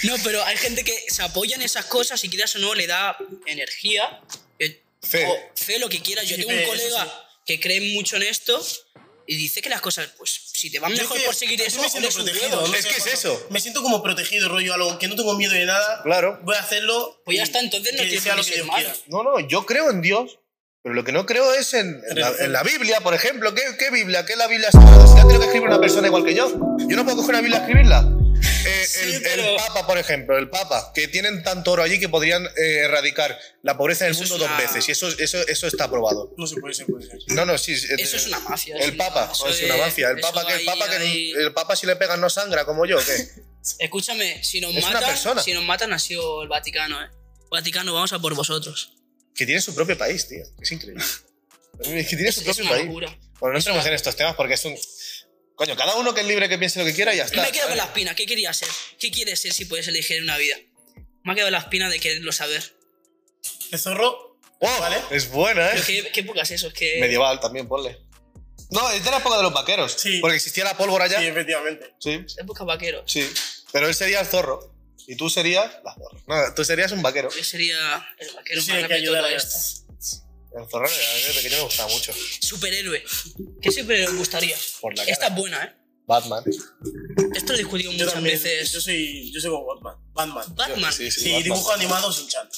Speaker 2: no, pero hay gente que se apoya en esas cosas y quieras o no le da energía. eh,
Speaker 1: Fe.
Speaker 2: O fe, lo que quieras. Yo
Speaker 3: Sí,
Speaker 2: tengo un
Speaker 3: fe, eso
Speaker 2: colega
Speaker 3: sí.
Speaker 2: que cree mucho en esto y dice que las cosas, pues, si te van
Speaker 3: Yo es
Speaker 2: mejor
Speaker 3: que-
Speaker 2: por seguir
Speaker 3: yo
Speaker 2: eso,
Speaker 3: me siento
Speaker 2: joder, sus
Speaker 3: protegido.
Speaker 2: huevos.
Speaker 3: no
Speaker 1: Es
Speaker 3: sé
Speaker 1: que es
Speaker 3: cuándo.
Speaker 1: eso.
Speaker 3: Me siento como protegido, rollo, algo que no tengo miedo de nada.
Speaker 1: Claro.
Speaker 3: Voy a hacerlo.
Speaker 2: Pues ya
Speaker 3: y
Speaker 2: está, entonces no
Speaker 3: que
Speaker 2: tiene
Speaker 3: sea
Speaker 2: por
Speaker 3: lo
Speaker 2: qué
Speaker 3: que
Speaker 2: ser
Speaker 3: Dios
Speaker 2: malo.
Speaker 3: quiera.
Speaker 1: No, no, yo creo en Dios, pero lo que no creo es en, en la,
Speaker 3: Religión.
Speaker 1: en la Biblia, por ejemplo. ¿Qué, qué Biblia? ¿Qué es la Biblia sagrada? Si la tiene que escribir una persona igual que yo, yo no puedo coger una Biblia y escribirla. Eh,
Speaker 2: Sí,
Speaker 1: el, el
Speaker 2: pero-
Speaker 1: Papa, por ejemplo, el Papa, que tienen tanto oro allí que podrían eh, erradicar la pobreza del
Speaker 2: Eso es
Speaker 1: mundo
Speaker 2: una-
Speaker 1: dos veces, y eso, eso, eso está aprobado.
Speaker 3: No se puede ser, puede ser.
Speaker 1: No, no, sí. eh,
Speaker 2: Eso es una mafia. es
Speaker 1: El
Speaker 2: una-
Speaker 1: Papa,
Speaker 2: eso
Speaker 1: o es una
Speaker 2: de-
Speaker 1: mafia. El
Speaker 2: eso
Speaker 1: Papa, que, el,
Speaker 2: ahí
Speaker 1: papa que
Speaker 2: hay-
Speaker 1: el Papa si le pegan no sangra como yo, ¿o ¿qué?
Speaker 2: Escúchame, si nos
Speaker 1: Es una
Speaker 2: matan,
Speaker 1: persona.
Speaker 2: si nos matan ha sido el Vaticano, eh. Vaticano, vamos a por vosotros.
Speaker 1: que tiene su propio país, tío. Es increíble. Es que tiene
Speaker 2: Es,
Speaker 1: su
Speaker 2: es
Speaker 1: propio
Speaker 2: una
Speaker 1: país.
Speaker 2: locura.
Speaker 1: Bueno, no entremos en estos temas porque es un. Coño, cada uno que es libre que piense lo que quiera y ya está.
Speaker 2: me quedo
Speaker 1: ¿sabes?
Speaker 2: con la espina. ¿Qué querías ser? ¿Qué quieres ser si puedes elegir una vida? Me ha quedado la espina de quererlo saber.
Speaker 3: El zorro.
Speaker 1: Oh,
Speaker 3: ¿Vale?
Speaker 1: Es buena,
Speaker 2: Pero
Speaker 1: ¿eh?
Speaker 2: ¿Qué, qué poca es eso? Es que...
Speaker 1: Medieval también, ponle. No, es de la época de los vaqueros.
Speaker 3: Sí.
Speaker 1: Porque existía la pólvora ya.
Speaker 3: Sí, efectivamente.
Speaker 1: Sí.
Speaker 2: Época vaquero.
Speaker 1: Sí. Pero él sería el zorro. Y tú serías. La zorra. No, tú serías un vaquero.
Speaker 2: Yo sería el vaquero
Speaker 3: Yo sí
Speaker 2: más
Speaker 3: hay que
Speaker 2: rápido de
Speaker 3: ayudar
Speaker 2: todo
Speaker 3: a
Speaker 2: esto.
Speaker 3: esto.
Speaker 1: El zorro desde pequeño me gustaba mucho.
Speaker 2: Superhéroe. ¿Qué superhéroe os gustaría?
Speaker 1: Por la cara.
Speaker 2: Esta es buena, ¿eh?
Speaker 1: Batman.
Speaker 2: Esto lo he discutido
Speaker 3: Yo
Speaker 2: muchas
Speaker 3: también.
Speaker 2: veces.
Speaker 3: Yo soy, yo soy como Batman. Batman.
Speaker 2: Batman.
Speaker 1: Sí, sí,
Speaker 3: Sí,
Speaker 1: Batman.
Speaker 3: dibujo animado sin chat.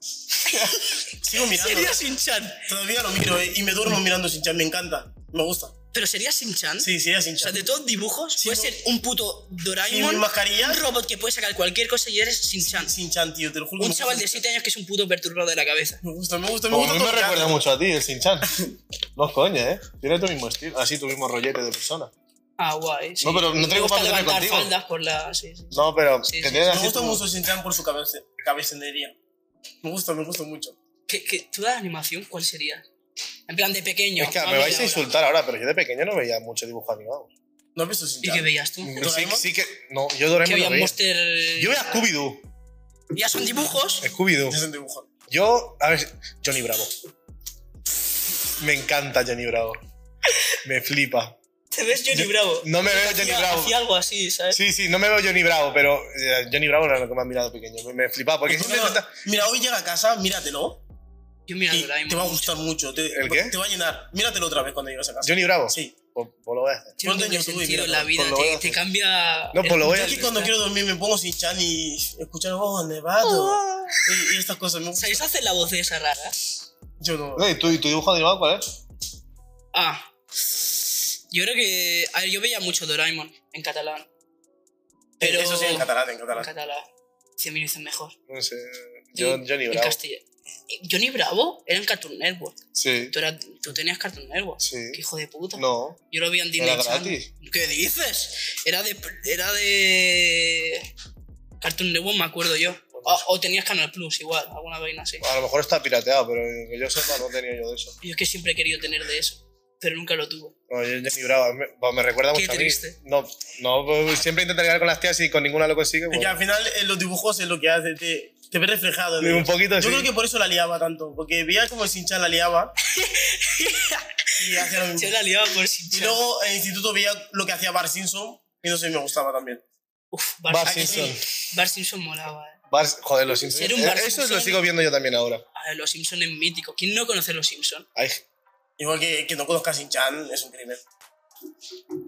Speaker 3: Sigo mirando.
Speaker 2: Sería sin chan.
Speaker 3: Todavía lo miro eh, y me duermo mirando sin chat. Me encanta. Me gusta.
Speaker 2: Pero sería Shin-Chan.
Speaker 3: Sí, sí, es
Speaker 2: O sea,
Speaker 3: hinchado.
Speaker 2: de todos dibujos,
Speaker 3: Sí,
Speaker 2: puede
Speaker 3: ¿no?
Speaker 2: ser un puto
Speaker 3: Y un
Speaker 2: Doraemon,
Speaker 3: mascarilla
Speaker 2: un robot que puede sacar cualquier cosa y eres Shin-Chan.
Speaker 3: sin chan, tío, te lo juro.
Speaker 2: Un
Speaker 3: me
Speaker 2: chaval de
Speaker 3: gusta.
Speaker 2: 7 años que es un puto perturbado de la cabeza.
Speaker 3: Me gusta, me gusta, me
Speaker 1: Como
Speaker 3: gusta.
Speaker 1: a mí
Speaker 3: todo
Speaker 1: Oh, me
Speaker 3: el
Speaker 1: recuerda
Speaker 3: rato.
Speaker 1: mucho a ti, el Sinchan. No coño, ¿eh? Tiene tu mismo estilo, así tu mismo rollete de persona.
Speaker 2: Ah, guay. sí.
Speaker 1: No, pero no
Speaker 2: Me
Speaker 1: tengo
Speaker 2: gusta
Speaker 1: para meterme
Speaker 2: levantar
Speaker 1: contigo.
Speaker 2: faldas por la... Sí, sí.
Speaker 1: No, pero
Speaker 2: Sí,
Speaker 1: que
Speaker 2: sí,
Speaker 1: tienes
Speaker 3: Me
Speaker 1: así
Speaker 3: gusta
Speaker 1: tu-
Speaker 3: mucho sin chan por su cabece- cabecenería. Me gusta, me gusta mucho.
Speaker 2: ¿Qué, qué, tú de animación cuál sería? En plan, de pequeño.
Speaker 1: Es que
Speaker 2: no
Speaker 1: me vais
Speaker 2: de
Speaker 1: a
Speaker 2: ahora.
Speaker 1: insultar ahora, pero yo de pequeño no veía mucho dibujo animado.
Speaker 3: ¿No has visto sin
Speaker 2: ¿Y qué
Speaker 3: chan?
Speaker 2: veías tú?
Speaker 1: Sí,
Speaker 3: ¿Doraemon?
Speaker 1: sí que... No, yo
Speaker 2: Que
Speaker 1: Doraemon
Speaker 2: veía
Speaker 1: lo veía.
Speaker 2: Monster...
Speaker 1: Yo veía Scooby-Doo.
Speaker 2: Ya son dibujos.
Speaker 1: Scooby-Doo.
Speaker 3: Es un dibujo.
Speaker 1: Yo, a ver, Johnny Bravo. Me encanta Johnny Bravo. Me flipa.
Speaker 2: ¿Te ves Johnny Bravo?
Speaker 1: No me veo Johnny
Speaker 2: Hacía-
Speaker 1: Bravo.
Speaker 2: Hacía algo así, ¿sabes?
Speaker 1: Sí, sí, no me veo Johnny Bravo, pero eh, Johnny Bravo era lo que me ha mirado pequeño. Me, me flipaba porque siempre
Speaker 3: No, no,
Speaker 1: intenta-
Speaker 3: Mira, hoy llega a casa, míratelo.
Speaker 2: Yo mira
Speaker 3: y
Speaker 2: Doraemon.
Speaker 3: te va a gustar mucho. Te,
Speaker 1: ¿El qué?
Speaker 3: Te va a llenar. Míratelo otra vez cuando llegues a casa.
Speaker 1: Johnny Bravo.
Speaker 3: Sí.
Speaker 1: Pues, pues lo voy a hacer.
Speaker 2: Tiene un
Speaker 3: Ponte en
Speaker 2: doble
Speaker 3: YouTube y
Speaker 2: sentido en
Speaker 3: míralo,
Speaker 2: la vida.
Speaker 1: pues lo voy a
Speaker 2: Te,
Speaker 1: hacer.
Speaker 2: te cambia...
Speaker 1: No, pues lo
Speaker 2: el-
Speaker 1: voy a
Speaker 3: Yo
Speaker 1: hacer. Ah.
Speaker 3: aquí cuando quiero dormir me pongo sin chan y escuchar oh, nevado y, y estas cosas. Me gusta.
Speaker 2: ¿Sabéis hacer la voz de esa rara?
Speaker 3: Yo no.
Speaker 1: Oye, ¿Y tu, y tu dibujo animado cuál es?
Speaker 2: Ah. Yo creo que... A ver, yo veía mucho Doraemon en catalán. Pero...
Speaker 3: Eso sí, en catalán, en
Speaker 2: En
Speaker 3: catalán.
Speaker 2: catalán. Cien mil veces mejor.
Speaker 1: No sé. Yo-
Speaker 2: Y-
Speaker 1: Johnny
Speaker 2: en
Speaker 1: Bravo.
Speaker 2: castellano. Johnny Bravo era en Cartoon Network.
Speaker 1: Sí.
Speaker 2: Tú, eras- tú tenías Cartoon Network.
Speaker 1: Sí.
Speaker 2: Qué hijo de puta.
Speaker 1: No.
Speaker 2: Yo lo vi en
Speaker 1: Era
Speaker 2: Disney Channel.
Speaker 1: gratis.
Speaker 2: ¿Qué dices? Era de, era de Cartoon Network, me acuerdo yo.
Speaker 1: Pues
Speaker 2: O, o tenías Canal Plus, igual, alguna vaina así.
Speaker 1: A lo mejor está pirateado, pero que yo sepa no tenía yo de eso.
Speaker 2: Yo es que siempre he querido tener de eso, pero nunca lo tuve.
Speaker 1: No, Oh, yo Johnny Bravo. Me, pues me recuerda
Speaker 2: Qué
Speaker 1: mucho a
Speaker 2: triste.
Speaker 1: mí. No, no pues, siempre intento llegar con las tías y con ninguna lo consigue.
Speaker 3: Es que
Speaker 1: pues,
Speaker 3: al final en los dibujos es lo que hace, te, te ves reflejado. en
Speaker 1: Un
Speaker 3: ellos.
Speaker 1: poquito,
Speaker 3: Yo
Speaker 1: sí.
Speaker 3: creo que por eso la liaba tanto, porque veía como el Sinchan la liaba y hacía lo
Speaker 2: Se
Speaker 3: mismo.
Speaker 2: la liaba por si.
Speaker 3: Y luego en el instituto veía lo que hacía Bar Simpson y no sé, me gustaba también.
Speaker 2: Uf, Bar,
Speaker 1: Bar
Speaker 2: ¿a que sí?
Speaker 1: Simpson.
Speaker 2: Bar Simpson molaba, eh.
Speaker 1: Bar- joder, los Simpsons.
Speaker 2: Ser un Bar
Speaker 1: Eh, Eso
Speaker 2: Simpson.
Speaker 1: lo sigo viendo yo también ahora.
Speaker 2: A ver, los Simpson es mítico. ¿Quién no conoce los Simpson?
Speaker 1: Ay,
Speaker 3: Igual que, que no conozca a Sinchan es un crimen.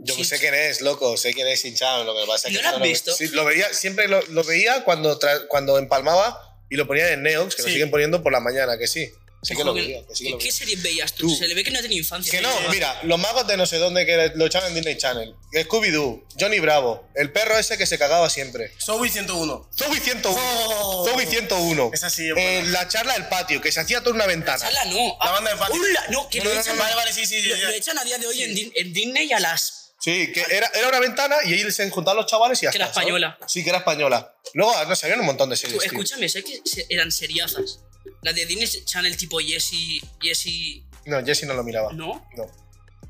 Speaker 1: yo
Speaker 2: Sí.
Speaker 1: sé quién es, loco, sé quién es hinchado, lo que pasa es
Speaker 2: ¿No
Speaker 1: que
Speaker 2: lo has
Speaker 1: ve-
Speaker 2: visto?
Speaker 1: Sí, lo veía, siempre lo, lo veía cuando, tra- cuando empalmaba y lo ponían en Neox, que lo
Speaker 3: Sí.
Speaker 1: siguen poniendo por la mañana, que sí. Sí que lo veía, que sí que
Speaker 2: ¿Qué,
Speaker 1: lo veía.
Speaker 2: qué series veías tú?
Speaker 1: Tú.
Speaker 2: Se le ve que no tenía infancia.
Speaker 1: Que no,
Speaker 2: Eh,
Speaker 1: mira, los magos de no sé dónde que lo echaban en Disney Channel. Scooby-Doo, Johnny Bravo, el perro ese que se cagaba siempre.
Speaker 3: Sobi 101.
Speaker 1: Zoey 101.
Speaker 3: Oh.
Speaker 1: Zoey 101.
Speaker 3: Esa sí es
Speaker 1: Eh,
Speaker 3: buena.
Speaker 1: la charla del patio, que se hacía toda una ventana.
Speaker 2: Sala no. Ah,
Speaker 3: La banda de Patty.
Speaker 2: Hola, no, que
Speaker 1: No,
Speaker 2: lo,
Speaker 1: no, no,
Speaker 2: echan,
Speaker 3: Vale, vale, sí, sí. sí,
Speaker 2: lo- lo
Speaker 3: sí.
Speaker 2: echan a día de hoy en, Din- en Disney a las.
Speaker 1: Sí, que era, era una ventana y ahí se juntaban los chavales y hasta.
Speaker 2: era española.
Speaker 1: Sí, que era española. Luego, ah, no sé, había un montón de
Speaker 2: Tú,
Speaker 1: series. tío.
Speaker 2: escúchame, sé que se- eran seriazas. Las de Disney Channel tipo Jessie. Jessie.
Speaker 1: No, Jesse no lo miraba.
Speaker 2: ¿no?
Speaker 1: No.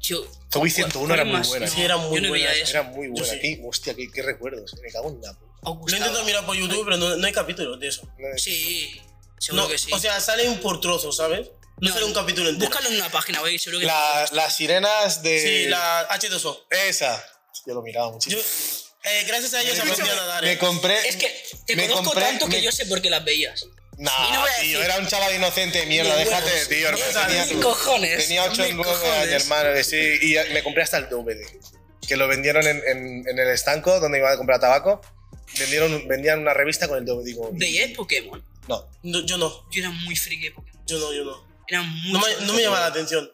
Speaker 2: Yo.
Speaker 1: Zoey
Speaker 2: ¿cuál-
Speaker 1: 101
Speaker 2: cuál
Speaker 1: era muy
Speaker 2: más?
Speaker 1: buena.
Speaker 2: No,
Speaker 3: Sí, era muy
Speaker 2: yo no
Speaker 3: buena
Speaker 2: veía
Speaker 3: esa.
Speaker 2: eso.
Speaker 1: Era muy buena.
Speaker 3: Yo sí.
Speaker 1: Qué- hostia, qué, qué recuerdos. eh. Me cago en la puta.
Speaker 2: Os
Speaker 3: Lo he
Speaker 2: gustaba.
Speaker 3: intentado mirar por YouTube, pero no, no hay capítulos de eso.
Speaker 1: No,
Speaker 2: Sí, seguro
Speaker 3: No,
Speaker 2: que sí.
Speaker 3: O sea, sale un por trozo, ¿sabes? No,
Speaker 2: No,
Speaker 3: sale un capítulo entero.
Speaker 2: Búscalo en una página, güey, seguro que
Speaker 1: La- las sirenas de.
Speaker 3: Sí, la H2O.
Speaker 1: Esa. Yo lo miraba
Speaker 3: Yo,
Speaker 1: muchísimo.
Speaker 3: eh, gracias a ellos aprendí a nadar.
Speaker 1: me
Speaker 3: eh.
Speaker 1: compré.
Speaker 2: Es que te
Speaker 1: me
Speaker 2: conozco
Speaker 1: compré-
Speaker 2: tanto que
Speaker 1: me-
Speaker 2: yo sé por qué las veías.
Speaker 1: Nah,
Speaker 2: Y no voy a
Speaker 1: tío,
Speaker 2: decir-
Speaker 1: era un chaval inocente de mierda,
Speaker 2: Ni
Speaker 1: déjate,
Speaker 2: huevos,
Speaker 1: tío.
Speaker 2: ni
Speaker 1: hermano,
Speaker 3: huevos,
Speaker 1: tenía-
Speaker 2: ni cojones,
Speaker 1: Tenía 8
Speaker 2: ni
Speaker 1: o 9
Speaker 2: cojones.
Speaker 1: años, hermano, que sí. Y ya- me compré hasta el DVD, que lo vendieron en, en- en el estanco donde iba a comprar tabaco. Vendieron, vendían una revista con el DVD. Digo,
Speaker 2: Veías Pokémon.
Speaker 1: no,
Speaker 3: No, yo no,
Speaker 2: Yo era muy friki de Pokémon.
Speaker 3: yo no, yo no.
Speaker 2: Era muy.
Speaker 3: No me, no me llama la atención.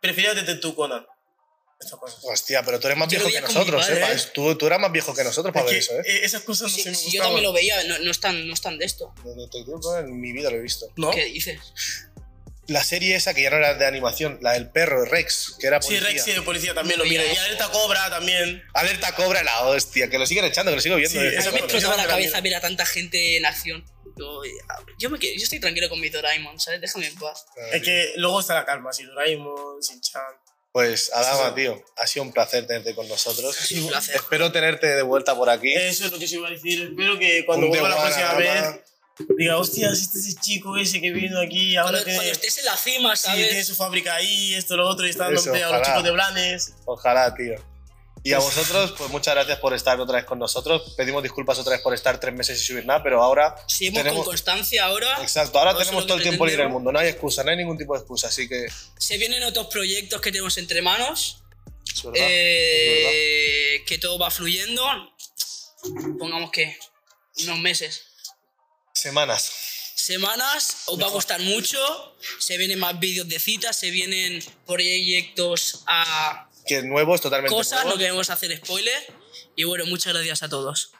Speaker 3: Prefería Detective Conan. Estas cosas.
Speaker 1: hostia, pero tú eres más
Speaker 2: Yo
Speaker 1: viejo
Speaker 2: lo
Speaker 1: que
Speaker 2: veía con mi
Speaker 1: nosotros,
Speaker 2: padre,
Speaker 1: ¿eh? pa-
Speaker 2: ¿eh?
Speaker 1: Tú, tú eras más viejo que nosotros para
Speaker 3: Es
Speaker 1: ver
Speaker 3: que,
Speaker 1: eso, ¿eh?
Speaker 3: eh, esas cosas no
Speaker 2: Si,
Speaker 3: se me
Speaker 2: si yo
Speaker 3: gustaban.
Speaker 2: también lo veía, no, no, es tan, no es tan de esto.
Speaker 1: No, no te digo, no, en mi vida lo he visto.
Speaker 3: ¿No?
Speaker 2: ¿Qué dices?
Speaker 1: La serie esa que ya no era de animación, la del perro Rex, que era
Speaker 3: Sí,
Speaker 1: policía.
Speaker 3: Rex y de policía también lo
Speaker 2: Mira.
Speaker 3: mira. Y Alerta Cobra también.
Speaker 1: Alerta Cobra, la hostia, que lo siguen echando, que lo sigo viendo.
Speaker 3: Sí,
Speaker 1: eh.
Speaker 2: A
Speaker 3: esa
Speaker 2: mí me
Speaker 3: cosa,
Speaker 2: explotaba
Speaker 3: esa
Speaker 2: la
Speaker 3: cosa
Speaker 2: cabeza
Speaker 3: mía.
Speaker 2: ver a tanta gente en acción. Yo, eh, yo, me quedo- yo estoy tranquilo con mi Doraemon, ¿sabes? Déjame en paz.
Speaker 3: Es que luego está la calma, si Doraemon, sin chan.
Speaker 1: Pues, Adama,
Speaker 3: Sí.
Speaker 1: tío, ha sido un placer tenerte con nosotros.
Speaker 2: Sí, un placer.
Speaker 1: Espero tenerte de vuelta por aquí.
Speaker 3: Eso es lo que se iba a decir. Espero que cuando
Speaker 1: Un
Speaker 3: vuelva la
Speaker 1: Dewan,
Speaker 3: próxima
Speaker 1: Adama.
Speaker 3: vez diga, hostias, este es el chico ese que vino aquí, ahora
Speaker 2: Cuando, cuando
Speaker 3: tiene, sí,
Speaker 2: estés en la cima,
Speaker 3: tiene
Speaker 2: ¿sabes?
Speaker 3: su fábrica ahí, esto, lo otro, y está dando
Speaker 1: Eso,
Speaker 3: empleo a los
Speaker 1: ojalá.
Speaker 3: chicos de Blanes.
Speaker 1: Ojalá, tío. Y a vosotros, pues muchas gracias por estar otra vez con nosotros. Pedimos disculpas otra vez por estar tres meses sin subir nada, pero ahora
Speaker 2: Seguimos
Speaker 1: tenemos-
Speaker 2: con constancia ahora.
Speaker 1: Exacto, ahora
Speaker 2: Eso es
Speaker 1: tenemos
Speaker 2: lo
Speaker 1: todo el
Speaker 2: que
Speaker 1: tiempo libre del
Speaker 2: pretendemos.
Speaker 1: mundo. No hay excusa, no hay ningún tipo de excusa, así que... es
Speaker 2: Se vienen otros proyectos que tenemos entre manos.
Speaker 1: verdad.
Speaker 2: eh, que todo va fluyendo. Pongamos que unos meses.
Speaker 1: Semanas.
Speaker 2: Semanas, os va a gustar mucho. Se vienen más vídeos de citas, se vienen proyectos a
Speaker 1: que es nuevo, es totalmente
Speaker 2: cosas,
Speaker 1: nuevo.
Speaker 2: no queremos hacer spoiler. Y bueno, muchas gracias a todos.